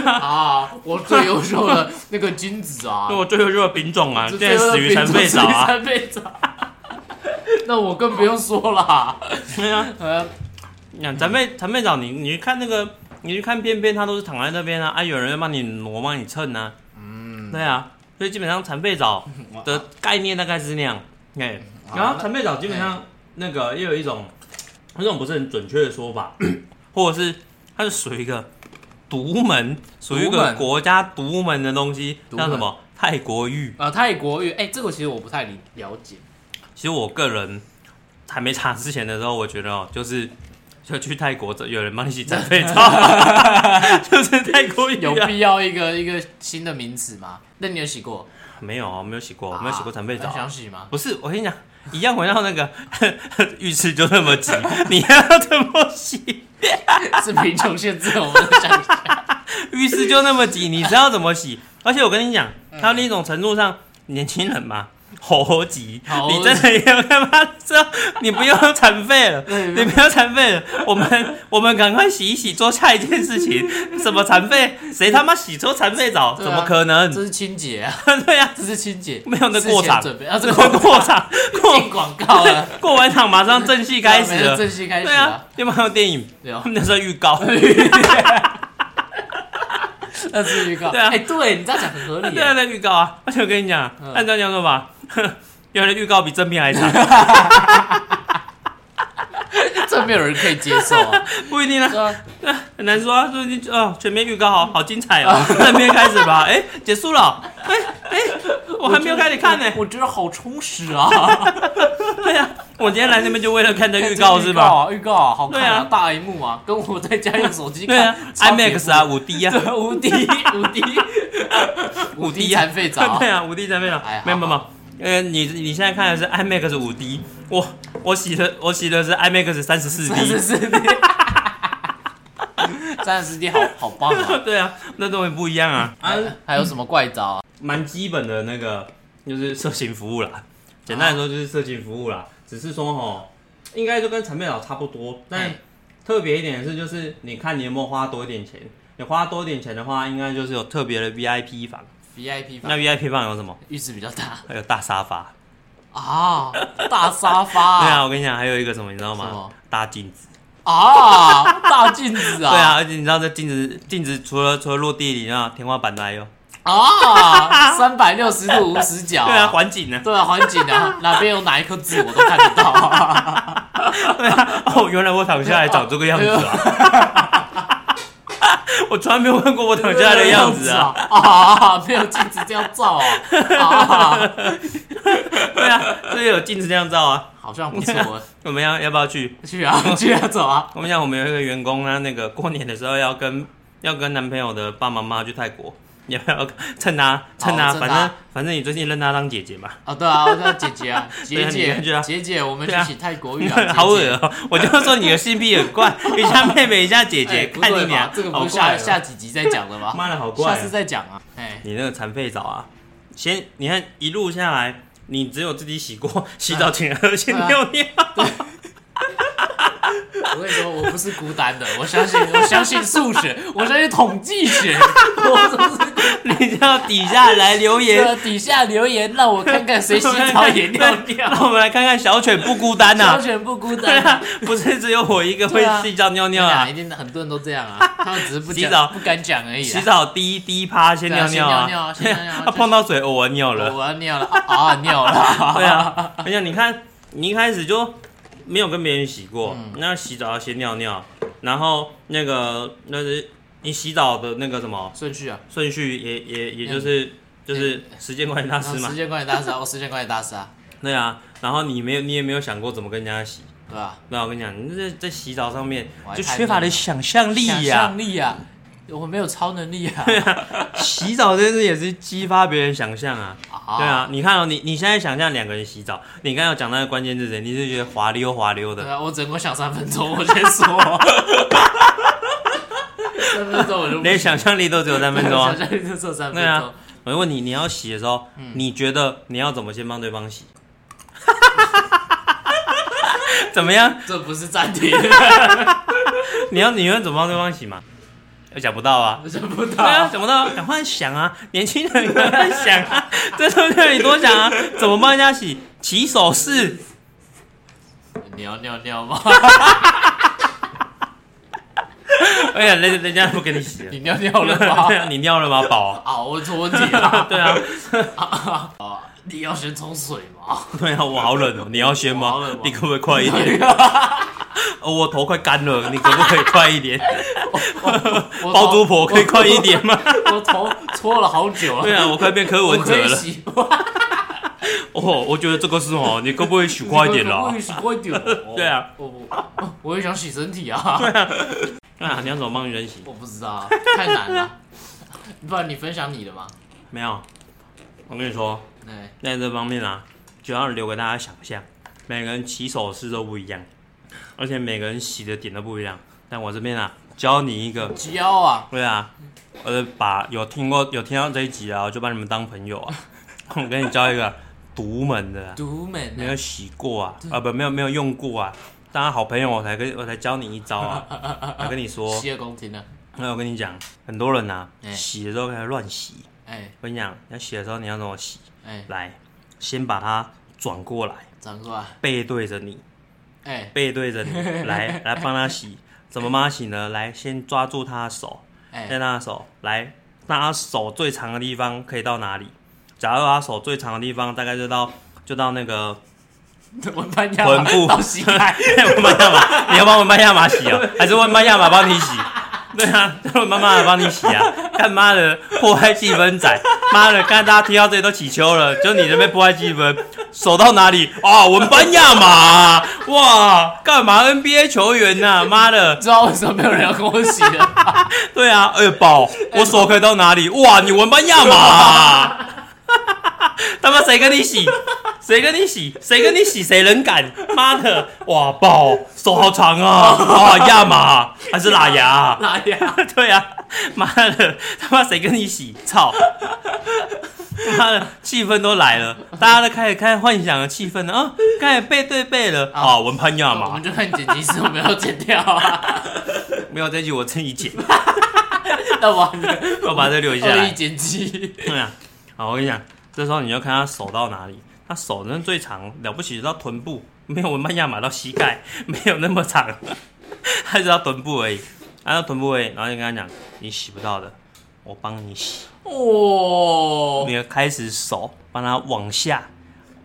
[SPEAKER 2] 啊！我最优秀的那个君子 啊，
[SPEAKER 3] 我最后就是品种啊，
[SPEAKER 2] 这
[SPEAKER 3] 现在死于残废早啊，
[SPEAKER 2] 残废早， 那我更不用说了。
[SPEAKER 3] 对啊，
[SPEAKER 2] 呃，
[SPEAKER 3] 你看残废残废早，你你去看那个，你去看便便，它都是躺在那边啊，啊，有人会帮你挪，帮你蹭啊，嗯，对啊，所以基本上残废 早的概念大概是那样，哎、然后残废澡基本
[SPEAKER 2] 哎
[SPEAKER 3] 上那个也有一种，那种不是很准确的说法，或者是它是属于一个独门，属于一
[SPEAKER 2] 独
[SPEAKER 3] 个
[SPEAKER 2] 门
[SPEAKER 3] 国家独门的东西，
[SPEAKER 2] 独门
[SPEAKER 3] 像什么泰国浴。
[SPEAKER 2] 啊，泰国浴，哎，这个其实我不太理了 解。
[SPEAKER 3] 其实我个人还没查之前的时候，我觉得哦，就是。就去泰国，有人帮你洗残 废澡，就是泰国浴、啊、
[SPEAKER 2] 有必要一个一个新的名词吗？那你有洗过？
[SPEAKER 3] 没有啊，我没有洗过，我
[SPEAKER 2] 啊
[SPEAKER 3] 没有洗过残废澡
[SPEAKER 2] 那。想洗吗？
[SPEAKER 3] 不是，我跟你讲，一样回到那个 浴室就那么挤，你要怎么洗？
[SPEAKER 2] 是贫穷限制我们的想 象。
[SPEAKER 3] 浴室就那么挤，你知道怎 么洗？而且我跟你讲，
[SPEAKER 2] 嗯
[SPEAKER 3] 还有另一种程度上，年轻人嘛， 猴急，
[SPEAKER 2] 猴急
[SPEAKER 3] 你真的要干嘛？知道你不用残 废了，你不要残废了，我们 我们赶快洗一洗，做下一件 事情。什么残废？谁他妈洗出残废澡？
[SPEAKER 2] 对
[SPEAKER 3] 怎
[SPEAKER 2] 啊
[SPEAKER 3] 么可
[SPEAKER 2] 这
[SPEAKER 3] 能？
[SPEAKER 2] 是清洁啊，
[SPEAKER 3] 对呀、
[SPEAKER 2] 这是清洁，
[SPEAKER 3] 没有那过
[SPEAKER 2] 事前
[SPEAKER 3] 场
[SPEAKER 2] 准备啊，这
[SPEAKER 3] 这
[SPEAKER 2] 个
[SPEAKER 3] 个 过场过
[SPEAKER 2] 进广告了，
[SPEAKER 3] 过完场马上正戏 开始 了，
[SPEAKER 2] 正式开始
[SPEAKER 3] 对啊
[SPEAKER 2] 啊，，
[SPEAKER 3] 有没有电影？
[SPEAKER 2] 对
[SPEAKER 3] 他
[SPEAKER 2] 啊
[SPEAKER 3] 们那时候 预告，
[SPEAKER 2] 那是预告，
[SPEAKER 3] 对啊
[SPEAKER 2] 哎，对你这样讲很合理
[SPEAKER 3] 对啊，
[SPEAKER 2] 耶，
[SPEAKER 3] 在预告啊。而且我跟你讲，
[SPEAKER 2] 嗯
[SPEAKER 3] 按照这样说吧， 原来预告比正片还长，啊
[SPEAKER 2] 这没有人可以接受 啊，
[SPEAKER 3] 不一定啊
[SPEAKER 2] 对，啊，
[SPEAKER 3] 很难说啊。最近哦，全面预告好好精彩哦，正片开始 吧，哎，结束了，哎哎，我还没有开始看呢。
[SPEAKER 2] 我觉得好充实啊，
[SPEAKER 3] 对啊，我今天来那边就为了看这 预
[SPEAKER 2] 预
[SPEAKER 3] 告是吧？？
[SPEAKER 2] 预告啊，好看
[SPEAKER 3] 对啊
[SPEAKER 2] 啊，大荧幕啊，跟我在家用手机
[SPEAKER 3] 对啊
[SPEAKER 2] 看
[SPEAKER 3] ，IMAX 啊，
[SPEAKER 2] 差别
[SPEAKER 3] 五 D 啊，
[SPEAKER 2] 不多，无敌无敌
[SPEAKER 3] 五
[SPEAKER 2] 无
[SPEAKER 3] D
[SPEAKER 2] 敌
[SPEAKER 3] 啊
[SPEAKER 2] 残废澡
[SPEAKER 3] 对，啊，五 D 在那了
[SPEAKER 2] 哎，
[SPEAKER 3] 没有没有
[SPEAKER 2] 好
[SPEAKER 3] 没有。呃，你你现在看的是 IMAX 五 D，我我洗的我洗的是 IMAX 三十四 D，啊
[SPEAKER 2] 三十四 D，三十四 D 好好棒啊！
[SPEAKER 3] 对啊，那东西不一样啊， 啊，
[SPEAKER 2] 还有什么怪招啊？
[SPEAKER 3] 蛮基本的那个就是色情服务啦，简单来说就是色情服务啦，只是说吼，应该就跟陈佩老差不多，但
[SPEAKER 2] 嗯
[SPEAKER 3] 特别一点的是，就是你看你有没有花多一点钱，你花多一点钱的话，应该就是有特别的 VIP 房，
[SPEAKER 2] VIP
[SPEAKER 3] 那
[SPEAKER 2] 房
[SPEAKER 3] VIP 房有什么？
[SPEAKER 2] 浴室比较大
[SPEAKER 3] 还有大沙发，
[SPEAKER 2] 啊，大沙发
[SPEAKER 3] 对
[SPEAKER 2] 啊
[SPEAKER 3] 啊，我跟你讲，还有一个什么，你知道
[SPEAKER 2] 什
[SPEAKER 3] 吗
[SPEAKER 2] 么？
[SPEAKER 3] 大镜子。
[SPEAKER 2] 啊，大镜子啊，
[SPEAKER 3] 对啊，而且你知道这镜子，镜子除了除了落地里啊，天花板的还有，
[SPEAKER 2] 啊，三百六十度无死角，
[SPEAKER 3] 对啊，环景呢，
[SPEAKER 2] 对啊，环景啊，哪边有哪一颗痣我都看得到啊，
[SPEAKER 3] 对啊， 哦，原来我躺下来长这个样子啊！ 我从来没有看 过我躺下来的样子啊！
[SPEAKER 2] 啊，没有镜子这样照啊，啊，
[SPEAKER 3] 对啊，这里有镜子这样照啊。
[SPEAKER 2] 好像不错，
[SPEAKER 3] 我们要要不要去？
[SPEAKER 2] 去 啊去啊走啊，
[SPEAKER 3] 我们想我们有一个员工啊，那个 过年的时候要跟要跟男朋友的爸妈妈去泰国，你要不要趁他趁他，
[SPEAKER 2] 哦趁他
[SPEAKER 3] 反正反正你最近认他当姐姐嘛。
[SPEAKER 2] 啊对啊，我叫姐姐啊，姐
[SPEAKER 3] 对啊你去啊
[SPEAKER 2] 姐姐姐，我们
[SPEAKER 3] 对啊
[SPEAKER 2] 去洗泰国浴啊，姐姐
[SPEAKER 3] 好恶哦、我就说你的性癖很怪， 一下妹妹一下姐姐，
[SPEAKER 2] 哎不
[SPEAKER 3] 看你
[SPEAKER 2] 对
[SPEAKER 3] 俩
[SPEAKER 2] 吧，这个
[SPEAKER 3] 好
[SPEAKER 2] 不是下
[SPEAKER 3] 怪哦
[SPEAKER 2] 下几集再讲的吗？
[SPEAKER 3] 妈的好怪哦、
[SPEAKER 2] 下次再讲啊，哎，
[SPEAKER 3] 你那个残废澡啊，先你看一路下来，
[SPEAKER 2] 啊
[SPEAKER 3] 你只有自己洗过，洗澡前喝先尿尿，
[SPEAKER 2] 我跟你说，我不是孤单的，我相信，我相信数学，我相信统计学。
[SPEAKER 3] 你叫底下来留 言，
[SPEAKER 2] 对，底下留言让我看看谁洗澡也尿尿。
[SPEAKER 3] 那我们来看看小犬不孤单
[SPEAKER 2] 小
[SPEAKER 3] 呐、
[SPEAKER 2] 犬不孤
[SPEAKER 3] 对
[SPEAKER 2] 单
[SPEAKER 3] 啊，， 不是只有我一个会
[SPEAKER 2] 对啊
[SPEAKER 3] 睡觉尿 尿
[SPEAKER 2] 啊，
[SPEAKER 3] 啊
[SPEAKER 2] 一。定很多人都这样 啊，他们只是不
[SPEAKER 3] 洗澡
[SPEAKER 2] 讲，不敢讲而已啊。
[SPEAKER 3] 洗澡第一第一趴先
[SPEAKER 2] 对
[SPEAKER 3] 尿
[SPEAKER 2] 啊先尿
[SPEAKER 3] 尿
[SPEAKER 2] 尿
[SPEAKER 3] 啊，
[SPEAKER 2] 先尿 尿
[SPEAKER 3] 他碰到水偶尔尿
[SPEAKER 2] 我
[SPEAKER 3] 了。
[SPEAKER 2] 我要尿了啊，啊尿了。
[SPEAKER 3] 对啊，而且你看，你一开始就没有跟别人洗过，
[SPEAKER 2] 嗯
[SPEAKER 3] 那洗澡要先尿尿，然后那个那是你洗澡的那个什么
[SPEAKER 2] 顺序啊，
[SPEAKER 3] 顺序也也也就是。就是时间管理大师
[SPEAKER 2] 嗯
[SPEAKER 3] 嘛
[SPEAKER 2] 时，间管理大师啊，我时间管理大师啊，
[SPEAKER 3] 对啊，然后你没有，你也没有想过怎么跟人家洗，
[SPEAKER 2] 对吧？
[SPEAKER 3] 那我跟你讲，你这在洗澡上面
[SPEAKER 2] 我还
[SPEAKER 3] 就
[SPEAKER 2] 太
[SPEAKER 3] 缺乏
[SPEAKER 2] 嫩
[SPEAKER 3] 了
[SPEAKER 2] 了
[SPEAKER 3] 想象力
[SPEAKER 2] 想
[SPEAKER 3] 呀、
[SPEAKER 2] 象力啊，我没有超能力啊。
[SPEAKER 3] 洗澡这件事也是激发别人想象啊。
[SPEAKER 2] 啊
[SPEAKER 3] 对，啊，你看哦，你你现在想象两个人洗澡，你刚刚有讲那个关键字谁，你是觉得滑溜滑溜
[SPEAKER 2] 对
[SPEAKER 3] 的，
[SPEAKER 2] 啊，我只能够想三分钟，我先说。 三分钟我就不
[SPEAKER 3] 连想象力都只有三分钟啊
[SPEAKER 2] 想。象力就只有三分
[SPEAKER 3] 对
[SPEAKER 2] 钟嗯
[SPEAKER 3] 啊。，我就问你，你要洗的时候，你觉得你要怎么先帮对方洗？ 怎么样？
[SPEAKER 2] 这不是暂 停，
[SPEAKER 3] 你要你会怎么帮对方洗吗？我想不到啊。
[SPEAKER 2] 我想不
[SPEAKER 3] 对啊，
[SPEAKER 2] 到。
[SPEAKER 3] 想不到，赶快想啊！年轻人赶快想啊！ 这东西你多想啊！怎么帮人家洗？起手式，
[SPEAKER 2] 你要尿尿吗？
[SPEAKER 3] 哎呀，人人家不跟你洗了
[SPEAKER 2] 你尿尿了吗
[SPEAKER 3] 对？啊 你尿了吗，宝？
[SPEAKER 2] 啊，我出问题了。
[SPEAKER 3] 对啊，
[SPEAKER 2] 你要先冲水吗？
[SPEAKER 3] 对啊，我好冷哦，你要先
[SPEAKER 2] 我
[SPEAKER 3] 吗
[SPEAKER 2] 好冷吗？
[SPEAKER 3] 你可不可以快一点？哦，我头快干了，你可不可以快 一点？
[SPEAKER 2] 我
[SPEAKER 3] 包租婆可以快一点吗？
[SPEAKER 2] 我头搓了好久了。
[SPEAKER 3] 对啊，我快变柯
[SPEAKER 2] 我
[SPEAKER 3] 文哲
[SPEAKER 2] 可以
[SPEAKER 3] 了。
[SPEAKER 2] 洗，
[SPEAKER 3] 哦，我觉得这个是哦，你可不可以洗 快一点
[SPEAKER 2] 我
[SPEAKER 3] 啦
[SPEAKER 2] 可以？洗快一点。 哦
[SPEAKER 3] 对啊，
[SPEAKER 2] 我我我也想洗身体啊。
[SPEAKER 3] 啊，你要怎么帮人洗？
[SPEAKER 2] 我不知道啊，太难了。不然你分享你的吧。
[SPEAKER 3] 没有，我跟你说，
[SPEAKER 2] 哎，
[SPEAKER 3] 在这方面啊，就要留给大家想象，每个人起手式都不一样，而且每个人洗的点都不一样。但我这边啊，教你一个，
[SPEAKER 2] 教啊，
[SPEAKER 3] 对啊，我就把有听过有听到这一集啊，我就把你们当朋友啊。 我给你教一个独门的、啊，
[SPEAKER 2] 独门
[SPEAKER 3] 没
[SPEAKER 2] 啊
[SPEAKER 3] 有洗过啊，啊不，没有没有用过啊。当然好朋友我才跟我才教你一招啊。我跟你说，
[SPEAKER 2] 洗耳恭听啊。
[SPEAKER 3] 那我跟你讲，很多人啊，
[SPEAKER 2] 哎
[SPEAKER 3] 洗的时候开始乱洗。
[SPEAKER 2] 哎
[SPEAKER 3] 我跟你讲，要洗的时候你要怎么洗？
[SPEAKER 2] 哎，
[SPEAKER 3] 来，先把它转过来，
[SPEAKER 2] 长哥啊，
[SPEAKER 3] 背对着你，
[SPEAKER 2] 哎
[SPEAKER 3] 背对着你，来来帮他洗。怎么帮他洗呢？来，先抓住他的手，在
[SPEAKER 2] 哎，
[SPEAKER 3] 他的手，来，那他手最长的地方可以到哪里？假如他手最长的地方大概就到就到那个
[SPEAKER 2] 文班亚
[SPEAKER 3] 臀
[SPEAKER 2] 马
[SPEAKER 3] 部
[SPEAKER 2] 到膝 盖，
[SPEAKER 3] 文班亚马，你要帮文班亚马洗啊、还是文班亚马帮你洗？ 对啊，叫文班亚马帮你洗啊！干妈的破坏气氛仔，妈的，刚才大家听到这里都起秋了，就你这边破坏气氛，手到哪里啊？文班亚马，哇，干嘛 NBA 球员呐、妈的，
[SPEAKER 2] 知道为什么没有人要跟我洗了？
[SPEAKER 3] 对啊，哎、宝，我手可以到哪里？哇，你文班亚马、啊 他妈谁跟你洗？谁跟你洗？谁跟你洗？谁能敢？妈的，哇，宝，手好长啊！哇，亚马啊还是喇牙、
[SPEAKER 2] 哪 呀？
[SPEAKER 3] 对啊，妈的，他妈谁跟你洗？操！妈的，气氛都来了，大家都开始开始幻想的气氛了啊！刚才背对背了啊，文班亚
[SPEAKER 2] 我
[SPEAKER 3] 马
[SPEAKER 2] 们就看剪辑师有没有剪掉 啊？
[SPEAKER 3] 没有这句我自己剪，
[SPEAKER 2] 那完了，
[SPEAKER 3] 我把这留下
[SPEAKER 2] 恶
[SPEAKER 3] 来
[SPEAKER 2] 意。剪辑，
[SPEAKER 3] 对啊，好，我跟你讲，这时候你就看他手到哪里，他手真的最长，了不起就到臀部，没有文班亚马到膝盖，没有那么长，他就到臀部而已，他到臀部而已，然后就跟他讲，你洗不到的，我帮你洗，
[SPEAKER 2] 哦
[SPEAKER 3] 你，要开始手帮他往下，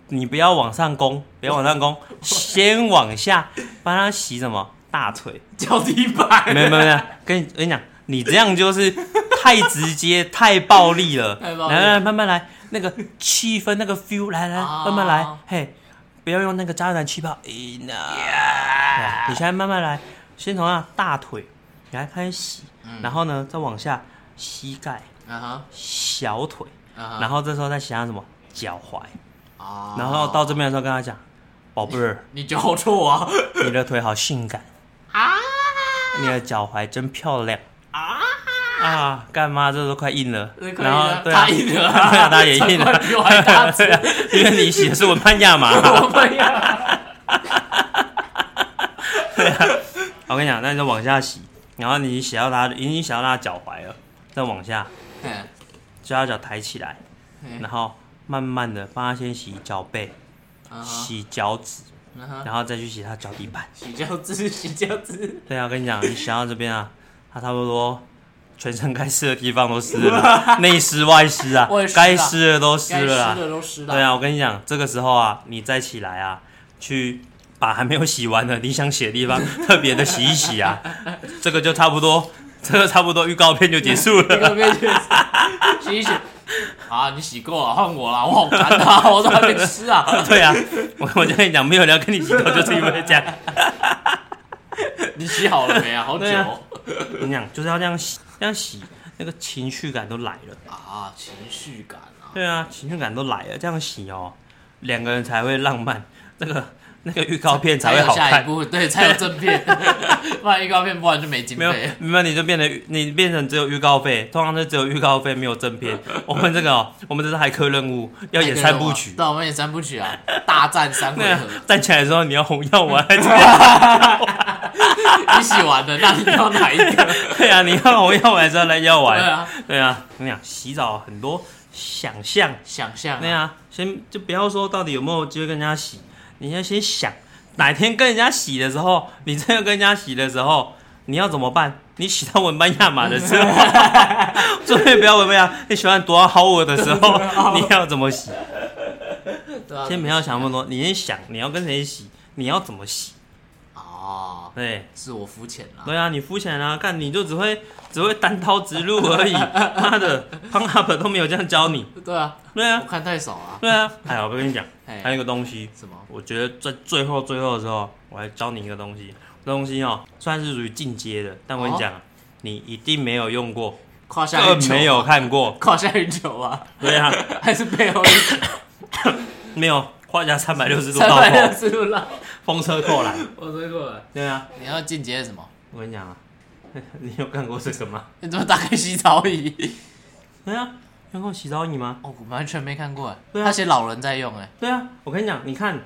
[SPEAKER 3] 你不要往上攻，不要往上攻，先往下，帮他洗什么大腿。
[SPEAKER 2] 脚底板，
[SPEAKER 3] 没有没有没有，跟你跟你讲，你这样就是太直接、太暴力了。
[SPEAKER 2] 太暴力
[SPEAKER 3] 来来，慢慢来，那个气氛、那个 feel，来来，
[SPEAKER 2] 啊
[SPEAKER 3] 慢慢来，嘿，不要用那个渣男气泡。哎那，对你现在慢慢来，先从那大腿，你来开始洗，
[SPEAKER 2] 嗯
[SPEAKER 3] 然后呢，再往下膝盖、
[SPEAKER 2] 啊哈，
[SPEAKER 3] 小腿，
[SPEAKER 2] 啊哈
[SPEAKER 3] 然后这时候再想想什么脚踝，
[SPEAKER 2] 啊
[SPEAKER 3] 然后到这边的时候跟他讲，宝贝儿，
[SPEAKER 2] 你脚好臭啊！
[SPEAKER 3] 你的腿好性感啊！你的脚踝真漂亮啊！啊，干妈这都快硬了，
[SPEAKER 2] 那可以
[SPEAKER 3] 然后
[SPEAKER 2] 啊
[SPEAKER 3] 对啊
[SPEAKER 2] 他，硬了
[SPEAKER 3] 对
[SPEAKER 2] 啊，
[SPEAKER 3] 啊他也硬了，
[SPEAKER 2] 比我还 大只
[SPEAKER 3] 对。啊，因为你写的是 文班亚马，
[SPEAKER 2] 我们呀，
[SPEAKER 3] 我跟你讲，那你就往下洗，然后你洗到他，已经洗到他的脚踝了，再往下，
[SPEAKER 2] 嗯
[SPEAKER 3] 就他脚抬起来，
[SPEAKER 2] 嗯
[SPEAKER 3] 然后慢慢的帮他先洗脚背、啊
[SPEAKER 2] 嗯哼
[SPEAKER 3] 洗脚趾，
[SPEAKER 2] 嗯哼，
[SPEAKER 3] 然后再去洗他脚底板。
[SPEAKER 2] 洗脚趾，洗脚 趾，
[SPEAKER 3] 对啊，我跟你讲，你洗到这边啊， 他差不多全身该湿的地方都湿了，内湿外湿啊
[SPEAKER 2] 我也，是啊
[SPEAKER 3] 该湿的都湿
[SPEAKER 2] 该湿
[SPEAKER 3] 了啊。
[SPEAKER 2] 的都湿了。
[SPEAKER 3] 对啊，我跟你讲，这个时候啊，你再起来啊，去把还没有洗完的你想洗的地方 特别的洗一洗啊，这个就差不多，这个差不多预告片就结 束
[SPEAKER 2] 这 个
[SPEAKER 3] 了。
[SPEAKER 2] 被洗一洗。啊，你洗够了，换我了，我好烦啊， 我都还没吃啊。
[SPEAKER 3] 对啊，我我就跟你讲，没有人要跟你洗头，就是因为这样。
[SPEAKER 2] 你洗好了没啊？好久
[SPEAKER 3] 对啊我跟你讲，就是要这样洗，这样洗，那个情绪感都来了。
[SPEAKER 2] 啊，情绪感啊，
[SPEAKER 3] 对啊，情绪感都来了，这样洗哦，两个人才会浪漫，那个那个预告片才会
[SPEAKER 2] 有
[SPEAKER 3] 好
[SPEAKER 2] 下一
[SPEAKER 3] 看。
[SPEAKER 2] 步，对，才有正 片，不然预告片不然就没经
[SPEAKER 3] 没有
[SPEAKER 2] 费。，
[SPEAKER 3] 没有，你就变得你变成只有预告费，通常就只有预告费，没有正 片。我们这个、哦，我们这是骇客任务，要演三部曲。
[SPEAKER 2] 对，啊我们演三部曲啊，大战三回
[SPEAKER 3] 对啊
[SPEAKER 2] 合。，
[SPEAKER 3] 站起来的时候你要红药 丸，
[SPEAKER 2] 你洗完了，那你要哪一 个？
[SPEAKER 3] 对啊，你要红药丸还是要来药
[SPEAKER 2] 对
[SPEAKER 3] 丸？
[SPEAKER 2] 啊，
[SPEAKER 3] 对啊，我跟你讲，洗澡很多想象，
[SPEAKER 2] 想象
[SPEAKER 3] 对
[SPEAKER 2] 啊，
[SPEAKER 3] 啊，先就不要说到底有没有机会跟人家洗，你要先想哪天跟人家洗的时候，你真的跟人家洗的时候，你要怎么办？你洗到文班亚马的时候， 所以不要文班亚，你喜欢多好我的时 候，你要怎么洗？
[SPEAKER 2] 对啊，
[SPEAKER 3] 先不要想那么多，你先想你要跟谁洗，你要怎么洗？
[SPEAKER 2] 哦，
[SPEAKER 3] 对，
[SPEAKER 2] 是我肤浅啦。
[SPEAKER 3] 对啊，你肤浅啊，看你就只会只会单刀直入而已，妈的，Pang Up 都没有这样教你。
[SPEAKER 2] 对啊，
[SPEAKER 3] 对啊
[SPEAKER 2] 我，看太少啊。
[SPEAKER 3] 对啊，哎呀，我跟你讲，
[SPEAKER 2] 哎
[SPEAKER 3] 还有一个东西，
[SPEAKER 2] 什么？
[SPEAKER 3] 我觉得在最后最后的时候，我还教你一个东西，这东西哦，虽然是属于进阶的，但我跟你讲，你一定没有用过，
[SPEAKER 2] 胯下运
[SPEAKER 3] 更
[SPEAKER 2] 球啊
[SPEAKER 3] 呃没有看过，
[SPEAKER 2] 胯下运球啊，
[SPEAKER 3] 对啊，
[SPEAKER 2] 还是背 后运球？
[SPEAKER 3] 没有胯下三百六十度
[SPEAKER 2] 三
[SPEAKER 3] 倒
[SPEAKER 2] 百六
[SPEAKER 3] 扣，
[SPEAKER 2] 十度啦，
[SPEAKER 3] 风车扣篮，
[SPEAKER 2] 我追过来。
[SPEAKER 3] 对啊，
[SPEAKER 2] 你要进阶是什么？
[SPEAKER 3] 我跟你讲啊， 你有看过这个吗？
[SPEAKER 2] 你怎么打开洗澡椅？
[SPEAKER 3] 对啊，有看过洗澡椅吗？
[SPEAKER 2] 哦，我完全没看过哎。
[SPEAKER 3] 对啊
[SPEAKER 2] 他写老人在用哎。
[SPEAKER 3] 对啊，我跟你讲，你看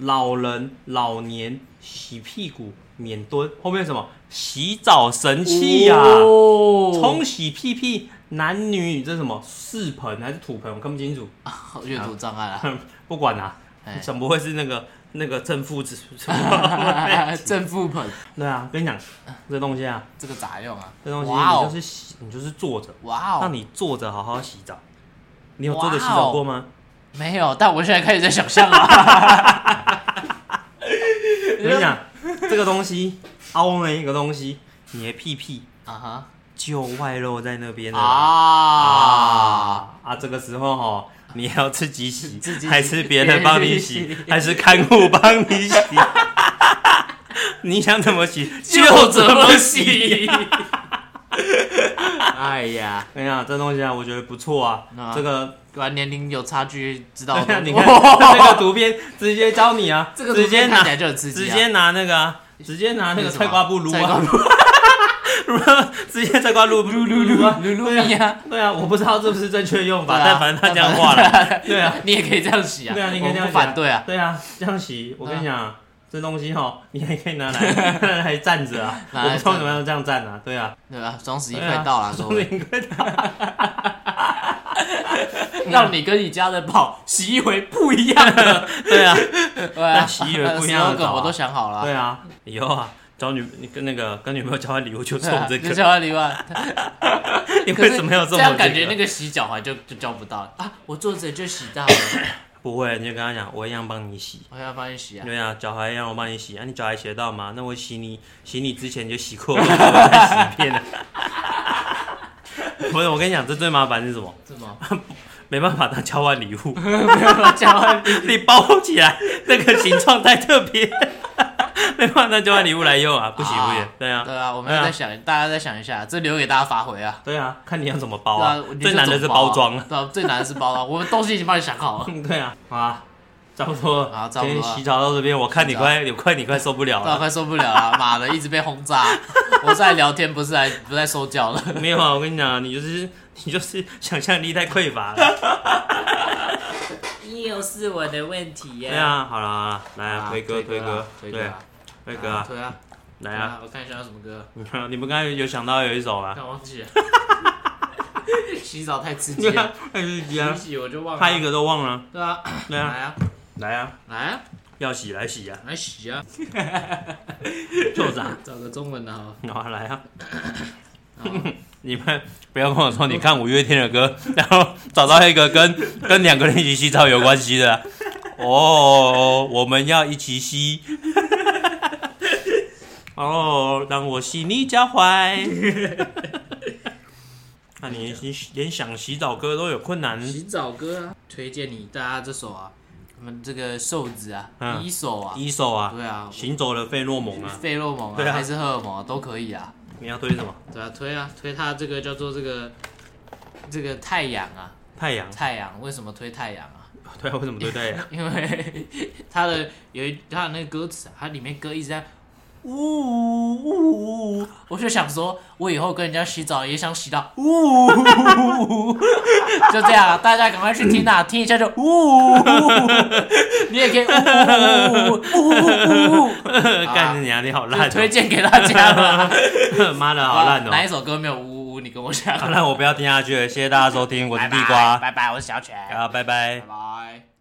[SPEAKER 3] 老人老年洗屁股免蹲，后面是什么洗澡神器呀、
[SPEAKER 2] 哦
[SPEAKER 3] 冲洗屁屁，男女这是什么四盆还是土盆？我看不清楚，
[SPEAKER 2] 好阅读障碍啊。
[SPEAKER 3] 不管啦、
[SPEAKER 2] 哎
[SPEAKER 3] 怎么会是那个那个正负指数？
[SPEAKER 2] 正负盆
[SPEAKER 3] 对啊，跟你讲，这东西啊，
[SPEAKER 2] 这个咋用啊？
[SPEAKER 3] 这东西
[SPEAKER 2] 哇
[SPEAKER 3] 你就
[SPEAKER 2] 哦，
[SPEAKER 3] 是洗，你就是坐着，
[SPEAKER 2] 哇
[SPEAKER 3] 让
[SPEAKER 2] 哦，
[SPEAKER 3] 你坐着好好洗澡。你有坐着洗
[SPEAKER 2] 哇哦
[SPEAKER 3] 澡过吗？
[SPEAKER 2] 没有，但我现在开始在想象 了。
[SPEAKER 3] 我跟你讲，这个东西凹那一个东西，你的屁屁
[SPEAKER 2] 啊
[SPEAKER 3] 就外露在那边
[SPEAKER 2] 哈
[SPEAKER 3] 了
[SPEAKER 2] 啊！
[SPEAKER 3] 啊啊！这个时候哈，你要自己 洗，
[SPEAKER 2] 自己洗
[SPEAKER 3] 还是别人帮你
[SPEAKER 2] 别
[SPEAKER 3] 洗
[SPEAKER 2] 人，
[SPEAKER 3] 还是看护帮你洗？ 你想怎么洗
[SPEAKER 2] 就
[SPEAKER 3] 怎
[SPEAKER 2] 怎么
[SPEAKER 3] 洗。
[SPEAKER 2] 洗？哎呀，
[SPEAKER 3] 哎呀，这东西啊，我觉得不错啊
[SPEAKER 2] 啊。
[SPEAKER 3] 这个，
[SPEAKER 2] 果然年龄有差距，知道
[SPEAKER 3] 对
[SPEAKER 2] 的
[SPEAKER 3] 啊
[SPEAKER 2] 东西
[SPEAKER 3] 你看这个图片，直接教你啊，
[SPEAKER 2] 哦 这个
[SPEAKER 3] 直接
[SPEAKER 2] 看
[SPEAKER 3] 拿
[SPEAKER 2] 起，来就很刺激、
[SPEAKER 3] 直
[SPEAKER 2] 啊，
[SPEAKER 3] 接拿那个啊，直接拿那个
[SPEAKER 2] 什么
[SPEAKER 3] 菜瓜布撸
[SPEAKER 2] 菜瓜
[SPEAKER 3] 啊，
[SPEAKER 2] 布
[SPEAKER 3] 直接菜瓜 布撸撸撸啊。
[SPEAKER 2] 鲁 鲁米啊，
[SPEAKER 3] 对啊，我不知道这不是正确用法，
[SPEAKER 2] 对啊
[SPEAKER 3] 但反正他这样画 了，对啊。
[SPEAKER 2] 你也可以这样洗啊，
[SPEAKER 3] 对啊，你可以这
[SPEAKER 2] 我
[SPEAKER 3] 样
[SPEAKER 2] 不
[SPEAKER 3] 洗啊
[SPEAKER 2] 反对啊，
[SPEAKER 3] 对啊，这样洗，我跟你讲啊，这东西哈，你还可以拿来 拿来站着啊。我
[SPEAKER 2] 拿来
[SPEAKER 3] 不知道为什么要这样站啊。对啊，
[SPEAKER 2] 对吧？双十一
[SPEAKER 3] 对
[SPEAKER 2] 快
[SPEAKER 3] 啊
[SPEAKER 2] 到了，各
[SPEAKER 3] 说
[SPEAKER 2] 位，
[SPEAKER 3] 明
[SPEAKER 2] 让你跟你家的宝洗一回不一样的，
[SPEAKER 3] 对啊，
[SPEAKER 2] 对啊，
[SPEAKER 3] 那洗一回不一样 的
[SPEAKER 2] slogan
[SPEAKER 3] 澡啊
[SPEAKER 2] 我都想好了啊，
[SPEAKER 3] 对啊，以后啊。找女你跟那个跟女朋友交换礼物就送
[SPEAKER 2] 对啊，
[SPEAKER 3] 这
[SPEAKER 2] 就
[SPEAKER 3] 个，
[SPEAKER 2] 交换礼物啊。
[SPEAKER 3] 你
[SPEAKER 2] 可
[SPEAKER 3] 为
[SPEAKER 2] 是
[SPEAKER 3] 什么要送
[SPEAKER 2] 这
[SPEAKER 3] 我
[SPEAKER 2] 样？感觉那
[SPEAKER 3] 个
[SPEAKER 2] 个洗脚踝就就交不到了啊！我坐着就洗到了，
[SPEAKER 3] 不会，你就跟他讲，我一样帮你洗。
[SPEAKER 2] 我要帮你洗啊！
[SPEAKER 3] 对啊，脚踝一样我帮你洗啊，你脚踝洗得到吗？那我洗你洗你之前就洗过，我再洗一遍了。 不是，我跟你讲，这最麻烦是什么？
[SPEAKER 2] 怎么？
[SPEAKER 3] 没办法，他交换礼物。
[SPEAKER 2] 没有办法交换礼物
[SPEAKER 3] 你包起来，那个形状太特别， 没办法，那就换礼物来用啊，不行
[SPEAKER 2] 啊
[SPEAKER 3] 不行，对啊，
[SPEAKER 2] 对啊，我们要再想，大家再想一下，这留给大家发挥啊。
[SPEAKER 3] 对啊，看你要怎么包
[SPEAKER 2] 对
[SPEAKER 3] 啊
[SPEAKER 2] 啊，你，就
[SPEAKER 3] 最难的是
[SPEAKER 2] 怎么啊
[SPEAKER 3] 包装啊，
[SPEAKER 2] 对啊，最难的是包 装。我们东西已经帮你想好了，
[SPEAKER 3] 嗯 对啊，好啊，差不多了
[SPEAKER 2] 好差不多
[SPEAKER 3] 今
[SPEAKER 2] 了
[SPEAKER 3] 天洗澡到这边，我看你
[SPEAKER 2] 洗澡
[SPEAKER 3] 快，有快你快受不了
[SPEAKER 2] 对啊，
[SPEAKER 3] 了，
[SPEAKER 2] 快受不了了，妈的，一直被轰 炸。我在聊天，不是来不是在受教了。
[SPEAKER 3] 没有啊，我跟你讲啊，你就是你就是 想象力太匮乏 了，
[SPEAKER 2] 你又是我的问题耶
[SPEAKER 3] 对啊，好了好了，来啊推歌
[SPEAKER 2] 推
[SPEAKER 3] 歌
[SPEAKER 2] 啊，推
[SPEAKER 3] 对
[SPEAKER 2] 啊，
[SPEAKER 3] 推歌啊，
[SPEAKER 2] 推啊，
[SPEAKER 3] 来啊，
[SPEAKER 2] 啊，我看一下有什么歌，
[SPEAKER 3] 你们刚才有想到有一首啊吗？
[SPEAKER 2] 但忘记 了。洗澡太刺激了，
[SPEAKER 3] 太刺激
[SPEAKER 2] 一
[SPEAKER 3] 啊！
[SPEAKER 2] 洗我就忘了。
[SPEAKER 3] 拍一个都忘了，
[SPEAKER 2] 对啊，
[SPEAKER 3] 对啊，
[SPEAKER 2] 来啊，
[SPEAKER 3] 来啊，
[SPEAKER 2] 来啊，
[SPEAKER 3] 要洗来洗啊，
[SPEAKER 2] 来洗 啊，
[SPEAKER 3] 就长，
[SPEAKER 2] 找个中文的好了。
[SPEAKER 3] 然后来啊
[SPEAKER 2] 好。
[SPEAKER 3] 你们不要跟我说你看五月天的歌， 然后找到一个跟跟两个人一起洗澡有关系的啊，哦，我们要一起洗。 哦，让我洗你脚踝。 那你你连想洗澡歌都有困难，
[SPEAKER 2] 洗澡歌啊，推荐你大家这首啊，我们这个瘦子啊，
[SPEAKER 3] 嗯
[SPEAKER 2] 一手啊，
[SPEAKER 3] 一手啊，
[SPEAKER 2] 对啊，
[SPEAKER 3] 行走的费洛蒙啊，
[SPEAKER 2] 费洛蒙
[SPEAKER 3] 对
[SPEAKER 2] 啊，
[SPEAKER 3] 啊
[SPEAKER 2] 还是荷尔蒙啊，都可以啊。
[SPEAKER 3] 你要推什么？
[SPEAKER 2] 对啊，推啊，推他这个叫做这个这个太阳啊，
[SPEAKER 3] 太阳。
[SPEAKER 2] 太阳为什么推太阳啊？
[SPEAKER 3] 对啊，为什么对太 阳？
[SPEAKER 2] 因为他的有一他的那个歌词啊，他里面歌一直在呜呜呜，我就想说，我以后跟人家洗澡也想洗到呜呜 呜，呜就这样啊，大家赶快去听啊，听一下就呜呜呜，你也可以呜呜呜呜呜，
[SPEAKER 3] 干你娘，你好 烂、哦！
[SPEAKER 2] 推荐给啊大家了。
[SPEAKER 3] 妈的好烂哦、
[SPEAKER 2] 哪一首歌没有呜呜？你跟我讲。
[SPEAKER 3] 好烂，我不要听下去了。谢谢大家收听，我是地瓜，
[SPEAKER 2] 拜拜，我是小犬，
[SPEAKER 3] 啊，拜拜
[SPEAKER 2] 拜拜。